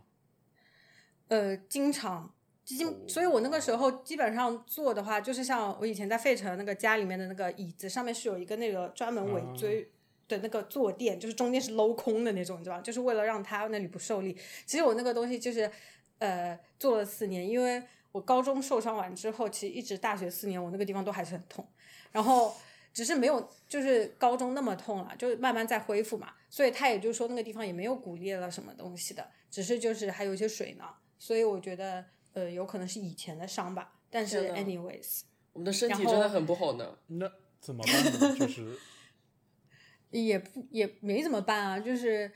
[SPEAKER 4] 呃，经常，基
[SPEAKER 2] 哦
[SPEAKER 4] 所以我那个时候基本上做的话，就是像我以前在费城那个家里面的那个椅子上面是有一个那个专门尾
[SPEAKER 2] 啊
[SPEAKER 4] 椎的那个坐垫，就是中间是镂空的那种，你知道吧？就是为了让它那里不受力。其实我那个东西就是呃做了四年，因为我高中受伤完之后，其实一直大学四年我那个地方都还是很痛，然后。只是没有，就是高中那么痛了，就是慢慢在恢复嘛，所以他也就说那个地方也没有骨裂了什么东西的，只是就是还有一些水囊，所以我觉得呃有可能是以前的伤吧，但是
[SPEAKER 3] 天哪
[SPEAKER 4] anyways
[SPEAKER 3] 我们的身
[SPEAKER 4] 然
[SPEAKER 3] 体
[SPEAKER 4] 后
[SPEAKER 3] 真的很不好呢。
[SPEAKER 2] 那怎么办 呢？就是
[SPEAKER 4] 也不也没怎么办啊，就是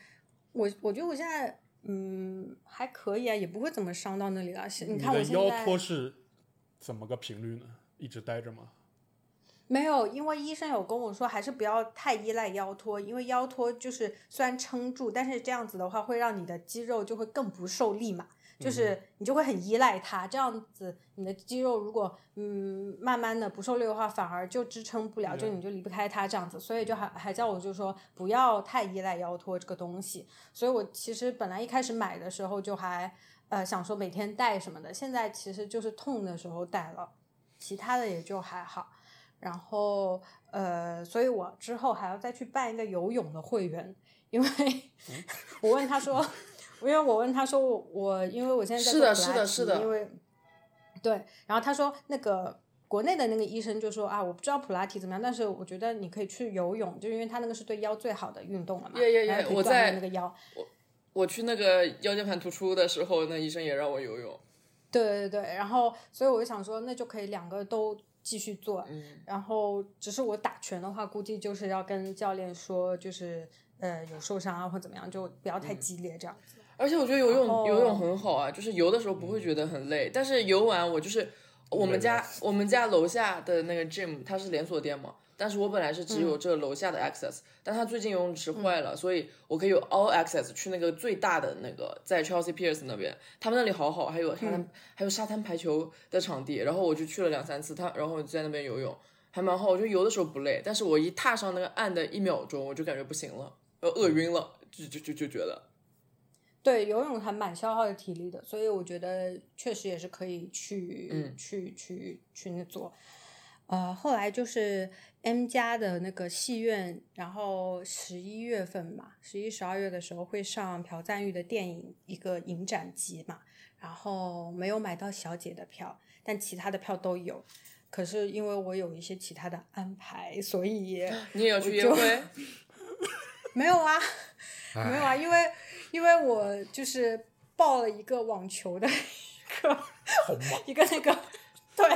[SPEAKER 4] 我我觉得我现在嗯还可以啊，也不会怎么伤到那里了。是你
[SPEAKER 2] 你
[SPEAKER 4] 看我
[SPEAKER 2] 的
[SPEAKER 4] 现
[SPEAKER 2] 腰
[SPEAKER 4] 在
[SPEAKER 2] 托是怎么个频率呢？一直待着吗？
[SPEAKER 4] 没有，因为医生有跟我说，还是不要太依赖腰托，因为腰托就是虽然撑住，但是这样子的话会让你的肌肉就会更不受力嘛，就是你就会很依赖它。这样子，你的肌肉如果嗯慢慢的不受力的话，反而就支撑不了，就你就离不开它这样子。所以就还还叫我就说不要太依赖腰托这个东西。所以我其实本来一开始买的时候就还呃想说每天戴什么的，现在其实就是痛的时候戴了，其他的也就还好。然后呃，所以我之后还要再去办一个游泳的会员，因为
[SPEAKER 3] 嗯
[SPEAKER 4] 我问他说，因为我问他说我我因为我现在在
[SPEAKER 3] 是
[SPEAKER 4] 做
[SPEAKER 3] 的
[SPEAKER 4] 普
[SPEAKER 3] 是
[SPEAKER 4] 拉
[SPEAKER 3] 的
[SPEAKER 4] 提
[SPEAKER 3] 是的
[SPEAKER 4] 因为对，然后他说那个国内的那个医生就说啊，我不知道普拉提怎么样，但是我觉得你可以去游泳，就因为他那个是对腰最好的运动了嘛。
[SPEAKER 3] 耶耶耶
[SPEAKER 4] 然后可以
[SPEAKER 3] 我
[SPEAKER 4] 锻炼
[SPEAKER 3] 在
[SPEAKER 4] 那个腰，
[SPEAKER 3] 我去那个腰间盘突出的时候，那医生也让我游泳。
[SPEAKER 4] 对对对，然后所以我就想说，那就可以两个都继续做，
[SPEAKER 3] 嗯，
[SPEAKER 4] 然后只是我打拳的话，估计就是要跟教练说，就是呃有受伤啊或怎么样，就不要太激烈这样子。
[SPEAKER 3] 而且我觉得游
[SPEAKER 4] 然后
[SPEAKER 3] 泳游泳很好啊，就是游的时候不会觉得很累，但是游完我就是我们
[SPEAKER 2] 累
[SPEAKER 3] 家
[SPEAKER 2] 了
[SPEAKER 3] 我们家楼下的那个 gym，它是连锁店嘛，但是我本来是只有这楼下的 access，、但它最近游泳池坏了，所以我可以有 all access 去那个最大的那个在 Chelsea Piers 那边，他们那里好好，还有沙滩、还有沙滩排球的场地，然后我就去了两三次，他然后在那边游泳还蛮好，我就游的时候不累，但是我一踏上那个岸的一秒钟，我就感觉不行了，呃饿晕了，就就就就觉得。
[SPEAKER 4] 对，游泳还蛮消耗体力的，所以我觉得确实也是可以去、
[SPEAKER 3] 嗯
[SPEAKER 4] 去去去那做。呃，后来就是 M 家的那个戏院，然后十一月份吧，十一、十二月的时候会上朴赞玉的电影一个影展集嘛，然后没有买到小姐的票，但其他的票都有。可是因为我有一些其他的安排，所以
[SPEAKER 3] 你也要去约
[SPEAKER 4] 就
[SPEAKER 3] 会？
[SPEAKER 4] 没有啊，
[SPEAKER 2] 唉
[SPEAKER 4] 没有啊，因为因为我就是报了一个网球的一个
[SPEAKER 2] 好忙。
[SPEAKER 4] 一个那个对，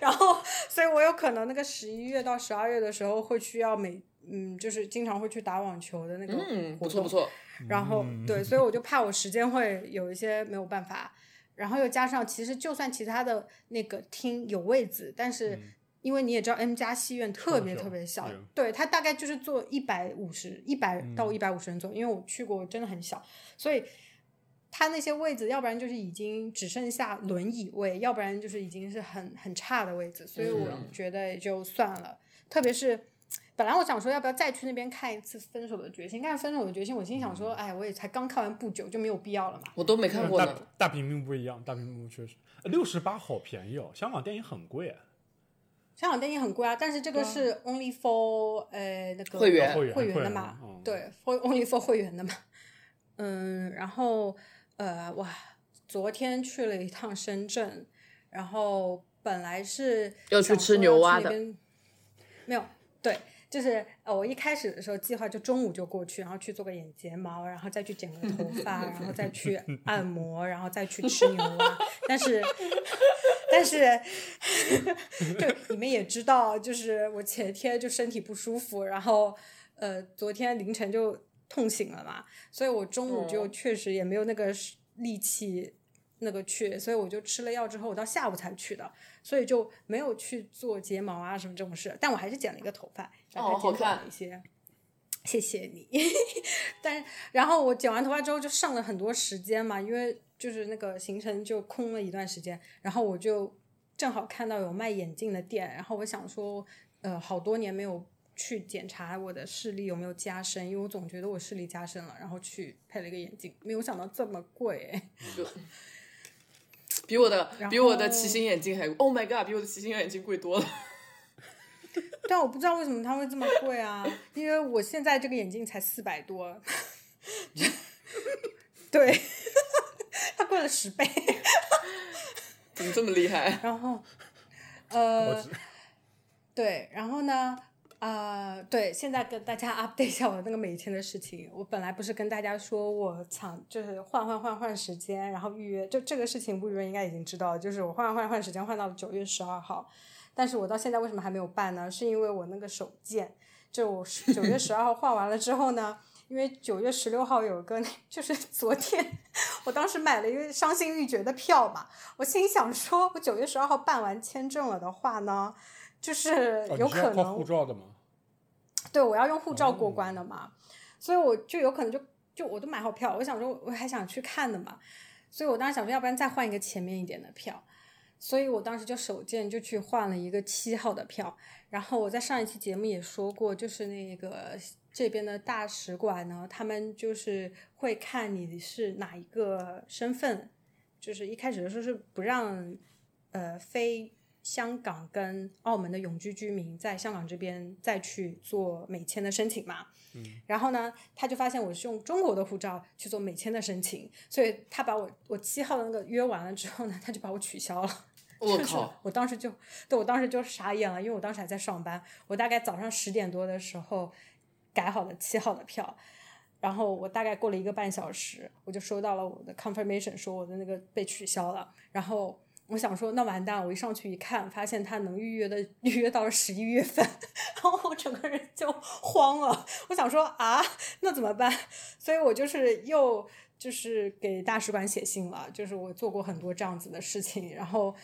[SPEAKER 4] 然后所以我有可能那个十一月到十二月的时候会需要每嗯就是经常会去打网球的那个
[SPEAKER 3] 嗯，不
[SPEAKER 4] 活
[SPEAKER 3] 错
[SPEAKER 4] 动
[SPEAKER 3] 不，错。
[SPEAKER 4] 然后
[SPEAKER 2] 嗯
[SPEAKER 4] 对，所以我就怕我时间会有一些没有办法，然后又加上其实就算其他的那个厅有位子，但是
[SPEAKER 2] 嗯
[SPEAKER 4] 因为你也知道 M 家戏院特别
[SPEAKER 2] 超小
[SPEAKER 4] 特别小
[SPEAKER 2] 对，
[SPEAKER 4] 对它大概就是坐一百五十一百到
[SPEAKER 2] 嗯
[SPEAKER 4] 一百五十人左右，因为我去过真的很小，所以。它那些位置，要不然就是已经只剩下轮椅位，要不然就是已经是很很差的位置，所以我
[SPEAKER 3] 嗯
[SPEAKER 4] 觉得也就算了。特别是本来我想说要不要再去那边看一次《分手的决心》，但是《分手的决心》我心想说，哎，我也才刚看完不久，就没有必要了嘛。
[SPEAKER 3] 我都没看
[SPEAKER 2] 嗯
[SPEAKER 3] 过
[SPEAKER 2] 大
[SPEAKER 3] 呢。
[SPEAKER 2] 大屏幕不一样，大屏幕确实六十八好便宜哦，香港电影很贵，啊
[SPEAKER 4] 香港电影很贵啊，但是这个是 only for 呃那个
[SPEAKER 3] 会员哦
[SPEAKER 2] 会员
[SPEAKER 4] 会员
[SPEAKER 2] 会
[SPEAKER 4] 的
[SPEAKER 2] 员
[SPEAKER 4] 嘛，
[SPEAKER 2] 嗯
[SPEAKER 4] 对，for only for 会员的嘛。嗯，然后呃哇，昨天去了一趟深圳，然后本来是
[SPEAKER 3] 要去
[SPEAKER 4] 想
[SPEAKER 3] 吃
[SPEAKER 4] 说
[SPEAKER 3] 牛
[SPEAKER 4] 去
[SPEAKER 3] 蛙
[SPEAKER 4] 那
[SPEAKER 3] 的
[SPEAKER 4] 边，没有对。就是呃，我一开始的时候计划就中午就过去，然后去做个眼睫毛，然后再去剪个头发，然后再去按摩，然后再去吃牛蛙。 但是，但是， 就你们也知道，就是我前天就身体不舒服，然后呃，昨天凌晨就痛醒了嘛，所以我中午就
[SPEAKER 3] 哦
[SPEAKER 4] 确实也没有那个时力气那个去，所以我就吃了药之后，我到下午才去的，所以就没有去做睫毛啊什么这种事，但我还是剪了一个头发，把
[SPEAKER 3] 哦
[SPEAKER 4] 它
[SPEAKER 3] 好
[SPEAKER 4] 剪短
[SPEAKER 3] 看
[SPEAKER 4] 了一些。谢谢你， 但是然后我剪完头发之后就剩了很多时间嘛，因为就是那个行程就空了一段时间，然后我就正好看到有卖眼镜的店，然后我想说，呃，好多年没有去检查我的视力有没有加深，因为我总觉得我视力加深了，然后去配了一个眼镜，没有想到这么贵、 哎
[SPEAKER 3] 就比我的
[SPEAKER 4] 然后
[SPEAKER 3] 比我的骑行眼镜还，Oh my god，比我的骑行眼镜贵多了。
[SPEAKER 4] 但我不知道为什么它会这么贵啊，因为我现在这个眼镜才四百多， 对， 它贵了十倍。
[SPEAKER 3] 怎么这么厉害？
[SPEAKER 4] 然后，
[SPEAKER 2] 我
[SPEAKER 4] 呃，
[SPEAKER 2] 只
[SPEAKER 4] 对，然后呢，啊、对，现在跟大家 update 一下我那个每天的事情。我本来不是跟大家说我抢，就是换换换换时间，然后预约，就这个事情，吴雨润应该已经知道了，就是我换换换时间换到了九月十二号，但是我到现在为什么还没有办呢？是因为我那个手贱，就我九月十二号换完了之后呢。因为九月十六号有个，就是昨天，我当时买了一个伤心欲绝的票嘛，我心想说，我九月十二号办完签证了的话呢，就是
[SPEAKER 2] 哦你
[SPEAKER 4] 有
[SPEAKER 2] 是要
[SPEAKER 4] 可
[SPEAKER 2] 靠
[SPEAKER 4] 能
[SPEAKER 2] 护照的吗？
[SPEAKER 4] 对我要用护照过关的嘛，所以我就有可能就就我都买好票，我想说我还想去看的嘛，所以我当时想说，要不然再换一个前面一点的票，所以我当时就手贱就去换了一个七号的票，然后我在上一期节目也说过，就是那个这边的大使馆呢，他们就是会看你是哪一个身份，就是一开始的时候是不让呃非香港跟澳门的永居居民在香港这边再去做美签的申请嘛。
[SPEAKER 2] 嗯、
[SPEAKER 4] 然后呢，他就发现我是用中国的护照去做美签的申请，所以他把我我七号的那个约完了之后呢，他就把我取消了。
[SPEAKER 3] 我
[SPEAKER 4] 但是
[SPEAKER 3] 靠，
[SPEAKER 4] 我当时就，对我当时就傻眼了，因为我当时还在上班，我大概早上十点多的时候改好了七号的票，然后我大概过了一个半小时，我就收到了我的 confirmation，说我的那个被取消了，然后。我想说，那完蛋！我一上去一看，发现他能预约的预约到了十一月份， 然后我整个人就慌了。我想说啊，那怎么办？所以我就是又就是给大使馆写信了，就是我做过很多这样子的事情，然后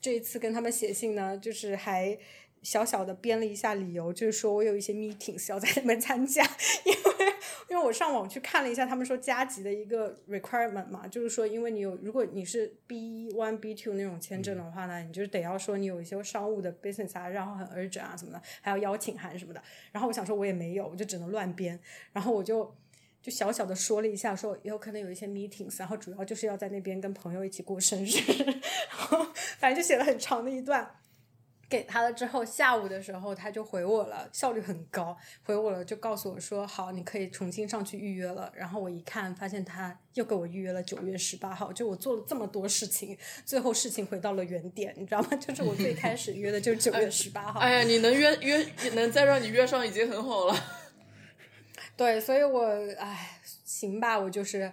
[SPEAKER 4] 这一次跟他们写信呢，就是还小小的编了一下理由，就是说我有一些 meetings 要在那边参加，因为因为我上网去看了一下，他们说加急的一个 requirement 嘛，就是说因为你有如果你是 B one B two 那种签证的话呢，你就是得要说你有一些商务的 business 啊，然后很 urgent 啊什么的，还有邀请函什么的。然后我想说我也没有，我就只能乱编，然后我就。就小小的说了一下，说有可能有一些 meetings，然后主要就是要在那边跟朋友一起过生日， 然后反正就写了很长的一段。给他了之后，下午的时候他就回我了，效率很高，回我了就告诉我说好，你可以重新上去预约了。然后我一看，发现他又给我预约了九月十八号，就我做了这么多事情，最后事情回到了原点，你知道吗？ 就是我最开始约的就是九月十八号。
[SPEAKER 3] 哎呀，你能约约，能再让你约上已经很好了。
[SPEAKER 4] 对，所以我唉，行吧，我就是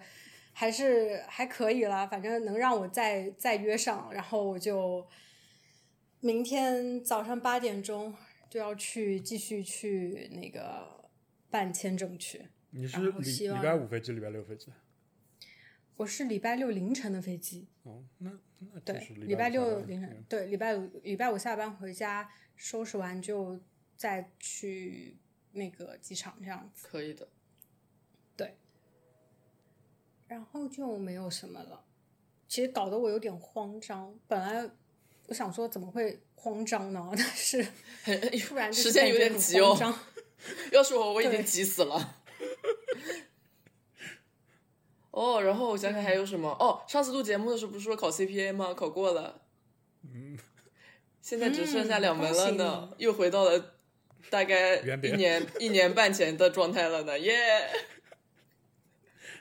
[SPEAKER 4] 还是还可以啦，反正能让我再再约上，然后我就明天早上八点钟就要去继续去那个办签证去。
[SPEAKER 2] 你是
[SPEAKER 4] 然后
[SPEAKER 2] 礼
[SPEAKER 4] 希
[SPEAKER 2] 礼
[SPEAKER 4] 望
[SPEAKER 2] 拜五飞机，礼拜六飞机？
[SPEAKER 4] 我是礼拜六凌晨的飞机，
[SPEAKER 2] 哦，那那就
[SPEAKER 4] 对
[SPEAKER 2] 是，
[SPEAKER 4] 礼拜六
[SPEAKER 2] 下班
[SPEAKER 4] 凌晨
[SPEAKER 2] 嗯，
[SPEAKER 4] 对，礼拜五礼拜五下班回家收拾完就再去那个机场这样子，
[SPEAKER 3] 可以的，
[SPEAKER 4] 然后就没有什么了。其实搞得我有点慌张，本来我想说怎么会慌张呢？但 是
[SPEAKER 3] 很
[SPEAKER 4] 突然就
[SPEAKER 3] 时
[SPEAKER 4] 是
[SPEAKER 3] 间
[SPEAKER 4] 感
[SPEAKER 3] 有
[SPEAKER 4] 觉
[SPEAKER 3] 点
[SPEAKER 4] 很
[SPEAKER 3] 急
[SPEAKER 4] 慌
[SPEAKER 3] 哦
[SPEAKER 4] 张
[SPEAKER 3] 要是我，我已
[SPEAKER 4] 对
[SPEAKER 3] 经急死了。哦，然后我想想还有什么？哦，上次录节目的时候不是说考 CPA 吗？考过了，
[SPEAKER 2] 嗯，
[SPEAKER 3] 现在只剩下两门了呢
[SPEAKER 4] 嗯恭，
[SPEAKER 3] 又回到了大概
[SPEAKER 2] 原
[SPEAKER 3] 一
[SPEAKER 2] 点
[SPEAKER 3] 年一年半前的状态了呢，耶、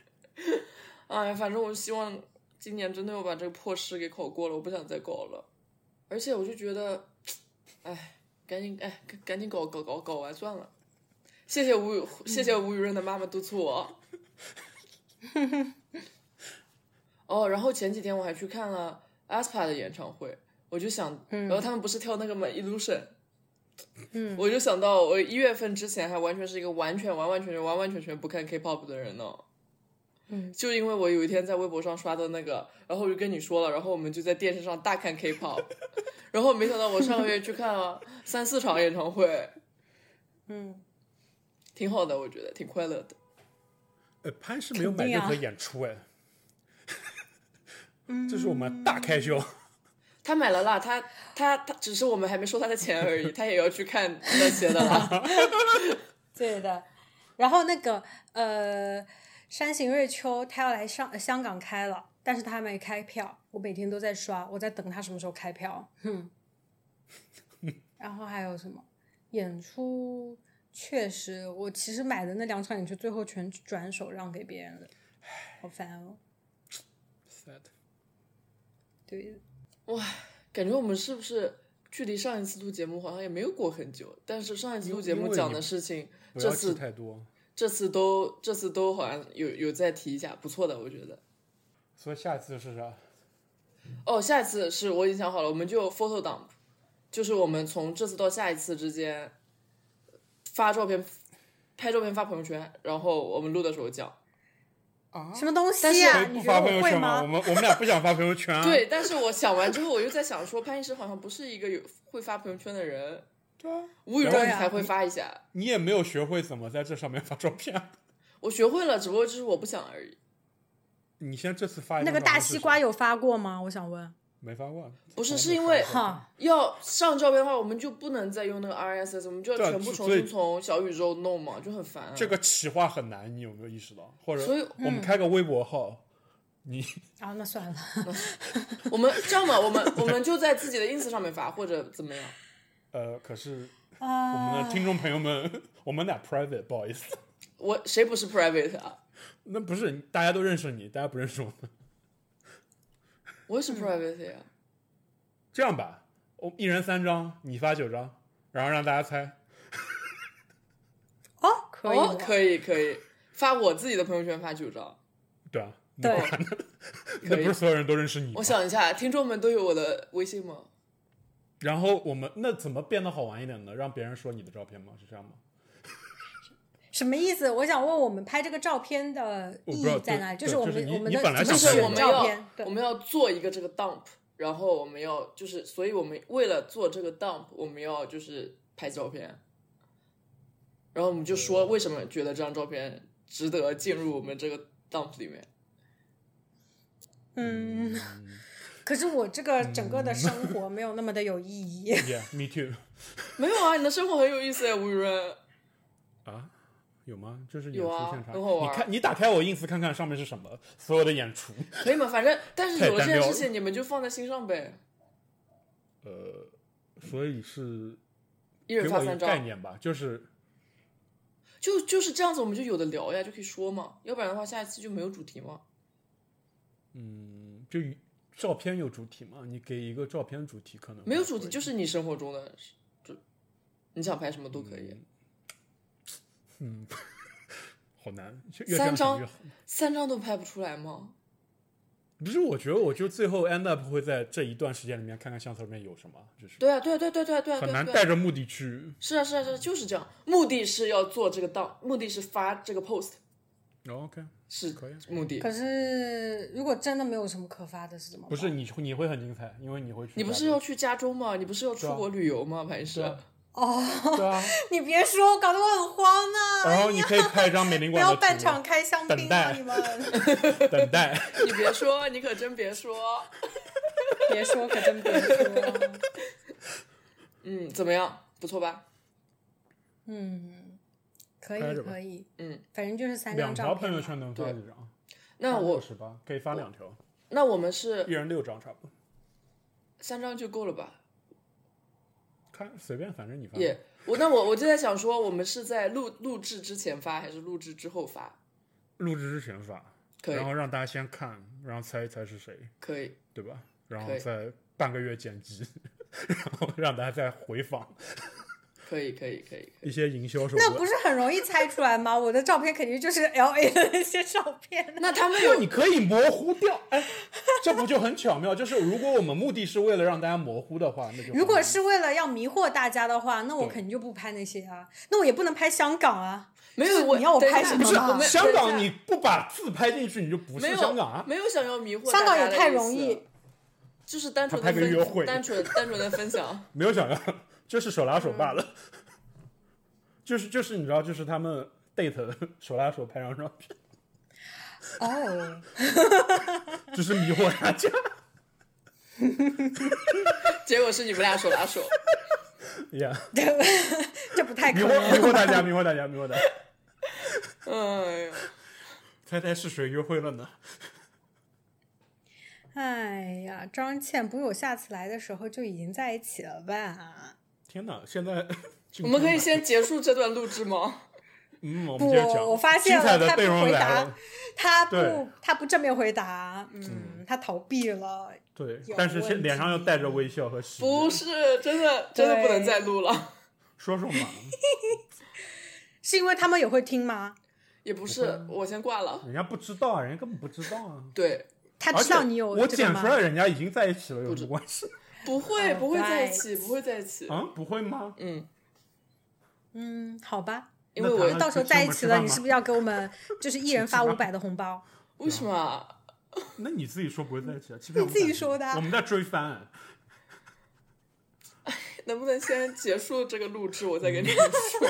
[SPEAKER 3] 哎呀，反正我希望今年真的要把这个破试给考过了，我不想再搞了。而且我就觉得，哎，赶紧哎，赶赶紧搞搞搞搞完算了。谢谢吴雨，谢谢吴雨润的妈妈督促我。哦，然后前几天我还去看了 aespa 的演唱会，我就想，然后他们不是跳那个嘛 illusion，
[SPEAKER 4] 嗯
[SPEAKER 3] 我就想到我一月份之前还完全是一个完全完完全全完完全全不看 K-pop 的人呢。
[SPEAKER 4] 嗯
[SPEAKER 3] 就因为我有一天在微博上刷到那个，然后我就跟你说了，然后我们就在电视上大看 K-pop，然后没想到我上个月去看了三四场演唱会，
[SPEAKER 4] 嗯，
[SPEAKER 3] 挺好的，我觉得挺快乐的。
[SPEAKER 2] 呃，潘是没有买
[SPEAKER 4] 肯定
[SPEAKER 2] 任
[SPEAKER 4] 啊嗯
[SPEAKER 2] 何演出哎， 这是我们大开销。
[SPEAKER 3] 他买了啦，他他他只是我们还没收他的钱而已，他也要去看那些的啦。
[SPEAKER 4] 对的。然后那个呃，山行瑞秋他要来上、呃香港开了，但是他还没开票，我每天都在刷，我在等他什么时候开票。哼、然后还有什么演出？确实，我其实买的那两场演出，最后全转手让给别人了，好烦哦。
[SPEAKER 2] Sad
[SPEAKER 4] 对的，
[SPEAKER 3] 感觉我们是不是距离上一次录节目好像也没有过很久？但是上一次录节
[SPEAKER 2] 因
[SPEAKER 3] 目
[SPEAKER 2] 为
[SPEAKER 3] 讲
[SPEAKER 2] 你
[SPEAKER 3] 的事情，
[SPEAKER 2] 不
[SPEAKER 3] 这
[SPEAKER 2] 要吃
[SPEAKER 3] 次
[SPEAKER 2] 太多，
[SPEAKER 3] 这次都这次都好像有有再提一下，不错的，我觉得。
[SPEAKER 2] 所以下一次是啥？
[SPEAKER 4] 啊
[SPEAKER 3] 哦，下一次是我已经想好了，我们就 photo dump，就是我们从这次到下一次之间发照片、拍照片发朋友圈，然后我们录的时候
[SPEAKER 2] 啊
[SPEAKER 3] 讲。
[SPEAKER 4] 什么东西
[SPEAKER 3] 但是
[SPEAKER 4] 呀、
[SPEAKER 2] 所以
[SPEAKER 4] 你
[SPEAKER 2] 不
[SPEAKER 4] 觉
[SPEAKER 2] 发
[SPEAKER 4] 得
[SPEAKER 2] 朋友
[SPEAKER 4] 我会
[SPEAKER 2] 圈吗？
[SPEAKER 4] 吗
[SPEAKER 2] 我？们我们俩不想发朋友圈啊。
[SPEAKER 3] 对，但是我想完之后，我又在想说，潘医师好像不是一个有会发朋友圈的人，
[SPEAKER 2] 对啊，
[SPEAKER 3] 吴雨
[SPEAKER 2] 对
[SPEAKER 3] 润
[SPEAKER 4] 啊
[SPEAKER 3] 你才会发一下。
[SPEAKER 2] 你也没有学会怎么在这上面发照片。
[SPEAKER 3] 我学会了，只不过就是我不想而已。
[SPEAKER 2] 你先这次发一
[SPEAKER 4] 那
[SPEAKER 2] 张
[SPEAKER 4] 个
[SPEAKER 2] 照片
[SPEAKER 4] 大
[SPEAKER 2] 试
[SPEAKER 4] 西
[SPEAKER 2] 试
[SPEAKER 4] 瓜有嗯发过吗？我想问。
[SPEAKER 2] 没发过，
[SPEAKER 3] 不
[SPEAKER 2] 从来没
[SPEAKER 3] 是是因
[SPEAKER 2] 发
[SPEAKER 3] 为
[SPEAKER 2] 过
[SPEAKER 4] 哈，
[SPEAKER 3] 要上照片的话，我们就不能再用那个 RSS，我们就要
[SPEAKER 2] 对啊
[SPEAKER 3] 全部重
[SPEAKER 2] 所以
[SPEAKER 3] 新从小宇宙弄嘛，就很烦、啊。
[SPEAKER 2] 这个企划很难，你有没有意识到？或者
[SPEAKER 3] 所以嗯
[SPEAKER 2] 我们开个微博号，你
[SPEAKER 4] 啊，那算了。
[SPEAKER 3] 我们这样吧，我们我们就在自己的 ins 上面发，或者怎么样？
[SPEAKER 2] 呃，可是我
[SPEAKER 4] 啊，
[SPEAKER 2] 们的听众朋友们，我们俩 private，不好意思，
[SPEAKER 3] 我谁不是 private 啊？
[SPEAKER 2] 那不是大家都认识你，大家不认识我们。
[SPEAKER 3] 我也是 private 呀、
[SPEAKER 2] 这样吧，我一人三张，你发九张，然后让大家猜。
[SPEAKER 4] 哦，可以
[SPEAKER 3] 哦
[SPEAKER 4] 的，，
[SPEAKER 3] 可以可以，发我自己的朋友圈发九张。
[SPEAKER 2] 对啊，
[SPEAKER 4] 对
[SPEAKER 2] 那不然呢那
[SPEAKER 3] 可以
[SPEAKER 2] 不是所有人都认识你吗。
[SPEAKER 3] 我想一下，听众们都有我的微信吗？
[SPEAKER 2] 然后我们那怎么变得好玩一点呢？让别人说你的照片吗？是这样吗？
[SPEAKER 4] 什么意思？我想问我们拍这个照片的
[SPEAKER 2] 我
[SPEAKER 4] 意
[SPEAKER 2] 不知道
[SPEAKER 4] 义在哪里？
[SPEAKER 2] 对
[SPEAKER 4] 是
[SPEAKER 2] 对
[SPEAKER 4] 我
[SPEAKER 2] 就
[SPEAKER 4] 们
[SPEAKER 2] 是你
[SPEAKER 4] 我们
[SPEAKER 2] 你
[SPEAKER 4] 的
[SPEAKER 2] 本来
[SPEAKER 4] 怎
[SPEAKER 2] 想
[SPEAKER 4] 么
[SPEAKER 3] 就是
[SPEAKER 2] 拍
[SPEAKER 3] 我
[SPEAKER 4] 选
[SPEAKER 3] 们
[SPEAKER 4] 照
[SPEAKER 3] 要
[SPEAKER 4] 片？对
[SPEAKER 3] 我，们要做一个这个 dump，然后我们要就是，所以我们为了做这个 dump，我们要就是拍照片，然后我们就说为什么觉得这张照片值得进入我们这个 dump 里面。
[SPEAKER 4] 嗯，可是我这个整个
[SPEAKER 2] 嗯
[SPEAKER 4] 的生活没有那么的有意义。
[SPEAKER 2] ，Yeah，me too。
[SPEAKER 3] 没有啊，你的生活很有意思哎，吴雨润。
[SPEAKER 2] 啊，有吗？就是演
[SPEAKER 3] 有
[SPEAKER 2] 出
[SPEAKER 3] 啊
[SPEAKER 2] 现场，
[SPEAKER 3] 很好玩
[SPEAKER 2] 你看你打开我 ins 看看上面是什么，所有的演出。
[SPEAKER 3] 可以嘛，反正但是有
[SPEAKER 2] 太
[SPEAKER 3] 了这
[SPEAKER 2] 单调
[SPEAKER 3] 件事
[SPEAKER 2] 了
[SPEAKER 3] 情，你们就放在心上呗，
[SPEAKER 2] 呃，所以是给
[SPEAKER 3] 一人
[SPEAKER 2] 我
[SPEAKER 3] 发
[SPEAKER 2] 一个
[SPEAKER 3] 三
[SPEAKER 2] 概
[SPEAKER 3] 张，
[SPEAKER 2] 念吧，就是
[SPEAKER 3] 就就是这样子，我们就有的聊呀，就可以说嘛，要不然的话下一次就没有主题嘛。
[SPEAKER 2] 嗯，就以照片有主题嘛，你给一个照片主题可能
[SPEAKER 3] 没有
[SPEAKER 2] 还
[SPEAKER 3] 主题，
[SPEAKER 2] 会
[SPEAKER 3] 就是你生活中的，就你想拍什么都可
[SPEAKER 2] 嗯
[SPEAKER 3] 以。
[SPEAKER 2] 好难，就越这
[SPEAKER 3] 三
[SPEAKER 2] 样想
[SPEAKER 3] 张
[SPEAKER 2] 越好。
[SPEAKER 3] 三张都拍不出来吗？
[SPEAKER 2] 不是，我觉得我就最后 end up 会在这一段时间里面看看相册里面有什么，就是
[SPEAKER 3] 对啊，对啊，对啊对啊对啊对啊
[SPEAKER 2] 很
[SPEAKER 3] 对啊
[SPEAKER 2] 难
[SPEAKER 3] 对啊
[SPEAKER 2] 带着目的去。
[SPEAKER 3] 是啊是啊是啊，就是这样。目的是要做这个当，目的是发这个 post
[SPEAKER 2] 哦 OK，
[SPEAKER 3] 是
[SPEAKER 2] 可以
[SPEAKER 3] 目的。
[SPEAKER 4] 可啊是如果真的没有什么可发的，是怎么办？
[SPEAKER 2] 不是你会你会很精彩，因为你会去
[SPEAKER 3] 你不
[SPEAKER 2] 加
[SPEAKER 3] 是
[SPEAKER 2] 入
[SPEAKER 3] 要去加州吗？你不是要出国旅游吗？潘
[SPEAKER 2] 对
[SPEAKER 3] 石
[SPEAKER 2] 啊，对啊，
[SPEAKER 4] 你别说，搞得我很慌啊！
[SPEAKER 2] 然后你可以拍一张美领
[SPEAKER 4] 不
[SPEAKER 2] 馆
[SPEAKER 4] 要
[SPEAKER 2] 呃的图
[SPEAKER 4] 半场开香
[SPEAKER 2] 等
[SPEAKER 4] 槟啊！
[SPEAKER 2] 待
[SPEAKER 4] 你们
[SPEAKER 2] 等待。
[SPEAKER 3] 你别说，你可真别说。
[SPEAKER 4] 别说，可真别说。
[SPEAKER 3] 嗯，怎么样？不错吧？
[SPEAKER 4] 嗯，可以
[SPEAKER 2] 拍着吧
[SPEAKER 4] 可以，
[SPEAKER 3] 嗯，
[SPEAKER 4] 反正就是三
[SPEAKER 2] 两
[SPEAKER 4] 张
[SPEAKER 2] 条
[SPEAKER 4] 照
[SPEAKER 2] 朋
[SPEAKER 4] 片
[SPEAKER 2] 友
[SPEAKER 4] 嘛。
[SPEAKER 2] 圈能发几张？
[SPEAKER 3] 那我
[SPEAKER 2] 十八可以发两条，
[SPEAKER 3] 那我们是
[SPEAKER 2] 一人六张差不多。
[SPEAKER 3] 三张就够了吧？
[SPEAKER 2] 看随便，反正你发。
[SPEAKER 3] 也、我那我我就在想说，我们是在录录制之前发还是录制之后发？
[SPEAKER 2] 录制之前发，
[SPEAKER 3] 可以
[SPEAKER 2] 然后让大家先看，然后猜一猜是谁，
[SPEAKER 3] 可以
[SPEAKER 2] 对吧？然
[SPEAKER 3] 可
[SPEAKER 2] 后
[SPEAKER 3] 以
[SPEAKER 2] 再半个月剪辑， 然后让大家再回访
[SPEAKER 3] 可以可以可以。
[SPEAKER 2] 一些营销手
[SPEAKER 4] 那不
[SPEAKER 2] 段。
[SPEAKER 4] 是很容易猜出来吗？我的照片肯定就是 L A 的那些照片。啊
[SPEAKER 3] 那他们
[SPEAKER 2] 那你可以模糊掉，哎，这不就很巧妙？就是如果我们目的是为了让大家模糊的话，那就
[SPEAKER 4] 如果是为了要迷惑大家的话，那我
[SPEAKER 2] 对
[SPEAKER 4] 肯定就不拍那些啊，那我也不能拍香港啊。
[SPEAKER 3] 没
[SPEAKER 4] 就
[SPEAKER 3] 有
[SPEAKER 4] 是
[SPEAKER 3] 我
[SPEAKER 4] 你要我
[SPEAKER 3] 等一
[SPEAKER 4] 拍
[SPEAKER 3] 下
[SPEAKER 4] 什
[SPEAKER 2] 不
[SPEAKER 4] 么
[SPEAKER 2] 是
[SPEAKER 4] 嘛
[SPEAKER 3] 我们
[SPEAKER 2] 香
[SPEAKER 3] 等
[SPEAKER 2] 港，
[SPEAKER 3] 一下
[SPEAKER 2] 你不把字拍进去，你就不
[SPEAKER 3] 没
[SPEAKER 2] 是
[SPEAKER 3] 有
[SPEAKER 2] 香港啊！
[SPEAKER 3] 没有想要迷惑
[SPEAKER 4] 香港
[SPEAKER 3] 大家
[SPEAKER 4] 也
[SPEAKER 3] 的
[SPEAKER 4] 太
[SPEAKER 3] 意
[SPEAKER 4] 容
[SPEAKER 3] 思
[SPEAKER 4] 易，
[SPEAKER 3] 就是单纯
[SPEAKER 2] 他
[SPEAKER 3] 的
[SPEAKER 2] 拍个约会。
[SPEAKER 3] 分，单纯单纯的分享
[SPEAKER 2] 没有想到， 就是手拉手罢了。 就是就是你知道，就是他们 date 手拉手拍张照片，
[SPEAKER 4] 哦，
[SPEAKER 2] 就是迷惑大家。
[SPEAKER 3] 结果是你们俩手拉手，
[SPEAKER 2] 呀，
[SPEAKER 4] 这不太
[SPEAKER 2] 迷
[SPEAKER 4] 可
[SPEAKER 2] 惑
[SPEAKER 4] 能。
[SPEAKER 2] 迷惑大家，迷惑大家，迷惑大家。
[SPEAKER 3] 哎呀，
[SPEAKER 2] 猜猜是谁约会了呢？
[SPEAKER 4] 哎呀，张倩不是我下次来的时候就已经在一起了吧？
[SPEAKER 2] 天哪！现在
[SPEAKER 3] 我们可以先结束这段录制吗？
[SPEAKER 2] 嗯，我
[SPEAKER 4] 不，
[SPEAKER 2] 们接着讲。
[SPEAKER 4] 我发现
[SPEAKER 2] 精彩
[SPEAKER 4] 了，
[SPEAKER 2] 的
[SPEAKER 4] 他
[SPEAKER 2] 内
[SPEAKER 4] 不
[SPEAKER 2] 容
[SPEAKER 4] 回
[SPEAKER 2] 来
[SPEAKER 4] 答
[SPEAKER 2] 了，，
[SPEAKER 4] 他不
[SPEAKER 2] 对，
[SPEAKER 4] 他不正面回答，嗯，他逃避了。
[SPEAKER 2] 对
[SPEAKER 4] 有，
[SPEAKER 2] 但是
[SPEAKER 4] 问
[SPEAKER 2] 先
[SPEAKER 4] 题
[SPEAKER 2] 脸上要带着微笑和喜悦。
[SPEAKER 3] 不是，真的真的不能再录了，
[SPEAKER 2] 说说嘛，
[SPEAKER 4] 是因为他们也会听吗？
[SPEAKER 3] 也不是，我先挂了。
[SPEAKER 2] 人家不知道啊，人家根本不知道啊。
[SPEAKER 3] 对，
[SPEAKER 4] 他
[SPEAKER 2] 而
[SPEAKER 4] 知道
[SPEAKER 2] 且
[SPEAKER 4] 你有
[SPEAKER 2] 我
[SPEAKER 4] 这个
[SPEAKER 2] 剪
[SPEAKER 4] 吗
[SPEAKER 2] 出来，人家已经在一起了，有
[SPEAKER 3] 不
[SPEAKER 2] 什
[SPEAKER 3] 知
[SPEAKER 2] 么关系？
[SPEAKER 3] 不会
[SPEAKER 4] Alright
[SPEAKER 3] 不会在一起，不会在一起。
[SPEAKER 2] 啊，不会吗？
[SPEAKER 3] 嗯，
[SPEAKER 4] 嗯，好吧。
[SPEAKER 3] 因为
[SPEAKER 2] 那
[SPEAKER 3] 我
[SPEAKER 2] 他
[SPEAKER 4] 到时候在一起了，你是不是
[SPEAKER 2] 是？
[SPEAKER 4] 要给我 们就是一人发
[SPEAKER 2] 请吃
[SPEAKER 4] 五
[SPEAKER 2] 饭
[SPEAKER 4] 百的红 包？
[SPEAKER 3] 为什么啊？
[SPEAKER 2] 那你自己说不会在一起 啊？欺骗
[SPEAKER 4] 你
[SPEAKER 2] 我们
[SPEAKER 4] 自己
[SPEAKER 2] 感情
[SPEAKER 4] 说的啊
[SPEAKER 2] 我们在追番。
[SPEAKER 3] 能不能先结束这个录制，我再跟你 们说？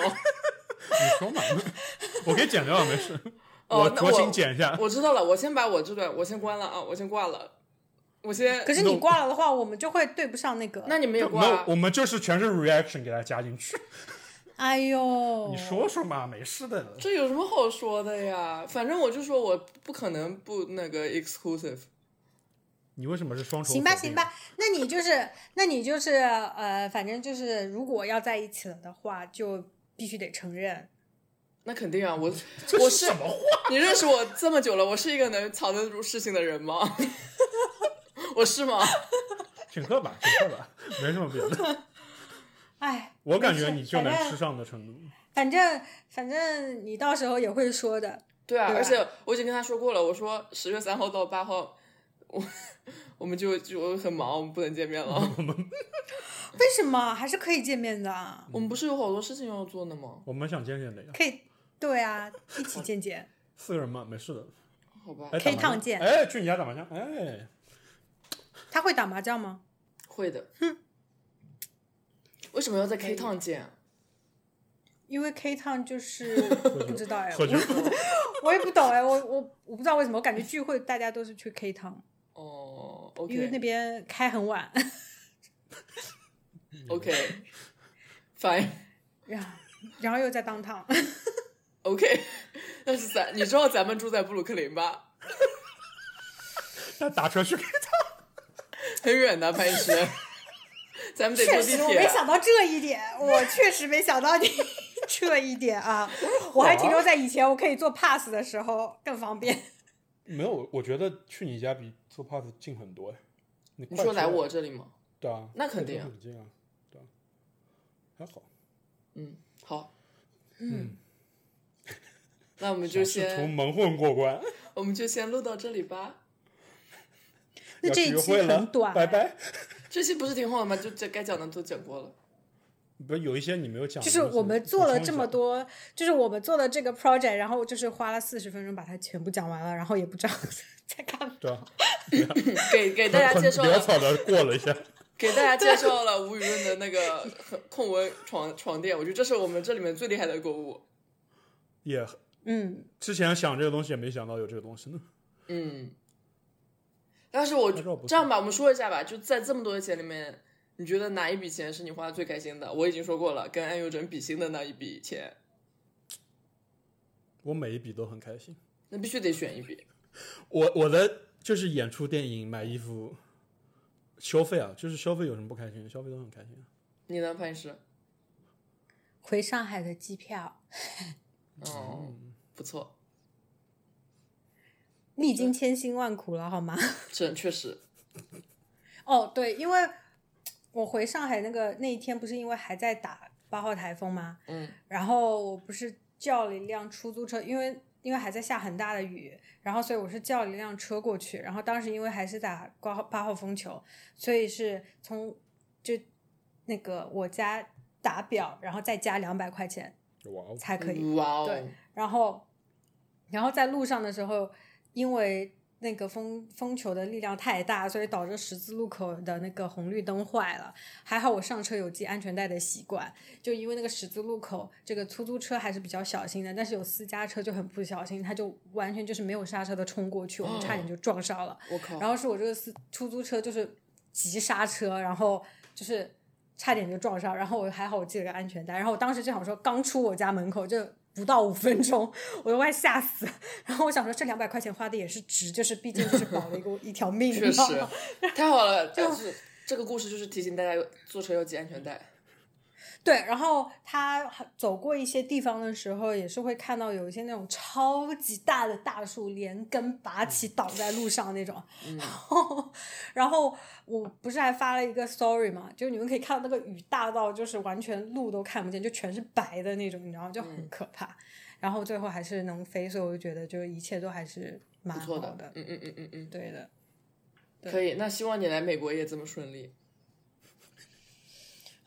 [SPEAKER 2] 你说嘛， 我给剪掉啊了，没事。
[SPEAKER 3] 哦
[SPEAKER 2] 我
[SPEAKER 3] 那
[SPEAKER 2] 酌情
[SPEAKER 3] 我
[SPEAKER 2] 剪一下。
[SPEAKER 3] 我知道了，我先把我这段我先关了啊，我先挂了，我先。
[SPEAKER 4] 可是你挂了的话，我们就会对不上那个。
[SPEAKER 3] 那你们也挂
[SPEAKER 2] 那
[SPEAKER 3] 啊？
[SPEAKER 2] 我们就是全是 reaction 给它加进去。
[SPEAKER 4] 哎
[SPEAKER 3] 哦
[SPEAKER 4] 呦，
[SPEAKER 2] 你说说嘛，没事的。
[SPEAKER 3] 这有什么好说的呀？反正我就说我不可能不那个 exclusive。
[SPEAKER 2] 你为什么是双重？啊
[SPEAKER 4] 行吧行吧，，那你就是那你就是呃，反正就是如果要在一起了的话，就必须得承认。
[SPEAKER 3] 那肯定啊，我
[SPEAKER 2] 这
[SPEAKER 3] 我
[SPEAKER 2] 是
[SPEAKER 3] 是
[SPEAKER 2] 什么话？
[SPEAKER 3] 你认识我这么 久了，我是一个能藏得住事情的人吗？我是吗？
[SPEAKER 2] 请客吧，请客吧，没什么别 的。
[SPEAKER 4] 哎，
[SPEAKER 2] 我感
[SPEAKER 4] 没
[SPEAKER 2] 觉
[SPEAKER 4] 事
[SPEAKER 2] 你就能
[SPEAKER 4] 反正
[SPEAKER 2] 吃上的程度。
[SPEAKER 4] 反正反正你到时候也会说的。
[SPEAKER 3] 对啊，
[SPEAKER 4] 对吧
[SPEAKER 3] 而且我已经跟他说过了，我说十月三号到八号，我我们就就很忙，我们不能见面了。
[SPEAKER 4] 为什么还是可以见面的？啊
[SPEAKER 3] 我们不是有好多事情要做呢吗？
[SPEAKER 2] 我们想见见的呀，
[SPEAKER 4] 可以，对啊，一起见见。
[SPEAKER 2] 四个人嘛，没事的。
[SPEAKER 3] 好吧，
[SPEAKER 2] 哎，
[SPEAKER 4] 可以
[SPEAKER 2] 打麻将
[SPEAKER 4] 烫剑
[SPEAKER 2] 哎，去你家打麻将，哎，
[SPEAKER 4] 他会打麻将吗？
[SPEAKER 3] 会的。为什么要在 K 趟见啊？
[SPEAKER 4] 因为 K 烫就是 不知道哎，
[SPEAKER 2] 喝酒。
[SPEAKER 4] 我也不懂哎，我我我不知道为什么，我感觉聚会大家都是去 K 烫，
[SPEAKER 3] 哦
[SPEAKER 4] 因为那
[SPEAKER 3] ，OK
[SPEAKER 4] 边开很晚。
[SPEAKER 3] OK fine
[SPEAKER 4] 然后然后又在当趟，
[SPEAKER 3] OK，但 是咱你知道咱们住在布鲁克林吧？
[SPEAKER 2] 他 打 车去，
[SPEAKER 3] 很远的潘石， 咱们得坐
[SPEAKER 4] 确
[SPEAKER 3] 地
[SPEAKER 4] 实我
[SPEAKER 3] 铁
[SPEAKER 4] 没。想到这一点，我确实没想到你 这一点啊，我还停留在以前我可以做 pass 的时候更方便。
[SPEAKER 2] 没有，我觉得去你家比做 pass 近很多哎。你
[SPEAKER 3] 你
[SPEAKER 2] 快啊
[SPEAKER 3] 说来
[SPEAKER 2] 车
[SPEAKER 3] 我这里吗？
[SPEAKER 2] 对啊，
[SPEAKER 3] 那
[SPEAKER 2] 快
[SPEAKER 3] 肯
[SPEAKER 2] 车
[SPEAKER 3] 定啊
[SPEAKER 2] 很近啊，对啊，还好。
[SPEAKER 3] 嗯，好，
[SPEAKER 4] 嗯，
[SPEAKER 3] 那我们就
[SPEAKER 2] 试图
[SPEAKER 3] 先
[SPEAKER 2] 蒙混过关，
[SPEAKER 3] 我们就先录到这里吧。
[SPEAKER 4] 那
[SPEAKER 2] 要
[SPEAKER 4] 这一
[SPEAKER 2] 学
[SPEAKER 4] 期
[SPEAKER 2] 会了
[SPEAKER 4] 很短，
[SPEAKER 2] 拜拜。
[SPEAKER 3] 这期不是挺好的吗？就这该讲的都讲过了。
[SPEAKER 2] 不，有一些你没有讲的
[SPEAKER 4] 就
[SPEAKER 2] 东西，
[SPEAKER 4] 是我们做了这么
[SPEAKER 2] 补充一下，
[SPEAKER 4] 多，就是我们做了这个 project，然后就是花了四十分钟把它全部讲完了，然后也不知道 在干嘛。
[SPEAKER 2] 对啊，
[SPEAKER 3] 给给大家介绍
[SPEAKER 2] 很
[SPEAKER 3] 了
[SPEAKER 2] 潦草的过了一下。
[SPEAKER 3] 给大家介绍了吴雨润的那个 很控温床床垫，我觉得这是我们这里面最厉害的购物。
[SPEAKER 2] 也
[SPEAKER 4] 嗯，
[SPEAKER 2] 之前想这个东西，也没想到有这个东西呢。
[SPEAKER 3] 嗯，但是我
[SPEAKER 2] 拍照不错
[SPEAKER 3] 这样吧，我们说一下吧，就在这么多的钱里面，你觉得哪一笔钱是你花的最开心的？我已经说过了，跟安宥真比心的那一笔钱，
[SPEAKER 2] 我每一笔都很开心。
[SPEAKER 3] 那必须得选一笔。
[SPEAKER 2] 我我的就是演出、电影、买衣服、消费啊，就是消费有什么不开心的？消费都很开心啊。
[SPEAKER 3] 你呢，潘石？
[SPEAKER 4] 回上海的机票，
[SPEAKER 3] 哦，
[SPEAKER 4] 嗯
[SPEAKER 3] 不错，
[SPEAKER 4] 历经千辛万苦了，好吗？
[SPEAKER 3] 这确实，
[SPEAKER 4] 哦，对，因为我回上海那个那一天，不是因为还在打八号台风吗？
[SPEAKER 3] 嗯
[SPEAKER 4] 然后我不是叫了一辆出租车，因为因为还在下很大的雨，然后所以我是叫了一辆车过去。然后当时因为还是打八号八号风球，所以是从就那个我家打表，然后再加两百块钱
[SPEAKER 2] 哇哦，
[SPEAKER 4] 才可以。
[SPEAKER 3] 哇哦
[SPEAKER 4] 对，然后，然后在路上的时候，因为那个风风球的力量太大，所以导致十字路口的那个红绿灯坏了。还好我上车有系安全带的习惯，就因为那个十字路口，这个出租车还是比较小心的，但是有私家车就很不小心，他就完全就是没有刹车的冲过去，我们差点就撞上了。
[SPEAKER 3] 我靠，
[SPEAKER 4] 然后是我这个私出租车就是急刹车，然后就是差点就撞上，然后我还好我系了个安全带，然后我当时就想说刚出我家门口就。不到五分钟，我都快吓死。然后我想说，这两百块钱花的也是值，就是毕竟就是保了一个 一条命，
[SPEAKER 3] 确
[SPEAKER 4] 你知道
[SPEAKER 3] 实
[SPEAKER 4] 吗
[SPEAKER 3] 太好了。
[SPEAKER 4] 就
[SPEAKER 3] 但是这个故事就是提醒大家有坐车要系安全带。
[SPEAKER 4] 对。然后他走过一些地方的时候，也是会看到有一些那种超级大的大树，连根拔起倒在路上那种。
[SPEAKER 3] 嗯，
[SPEAKER 4] 然后我不是还发了一个 story 嘛，就是你们可以看到那个雨大到就是完全路都看不见，就全是白的那种，你知道吗？就
[SPEAKER 3] 嗯
[SPEAKER 4] 很可怕。然后最后还是能飞，所以我就觉得就是一切都还是蛮
[SPEAKER 3] 不
[SPEAKER 4] 好
[SPEAKER 3] 错的，嗯嗯嗯嗯嗯，
[SPEAKER 4] 对的，对
[SPEAKER 3] 可以。那希望你来美国也这么顺利。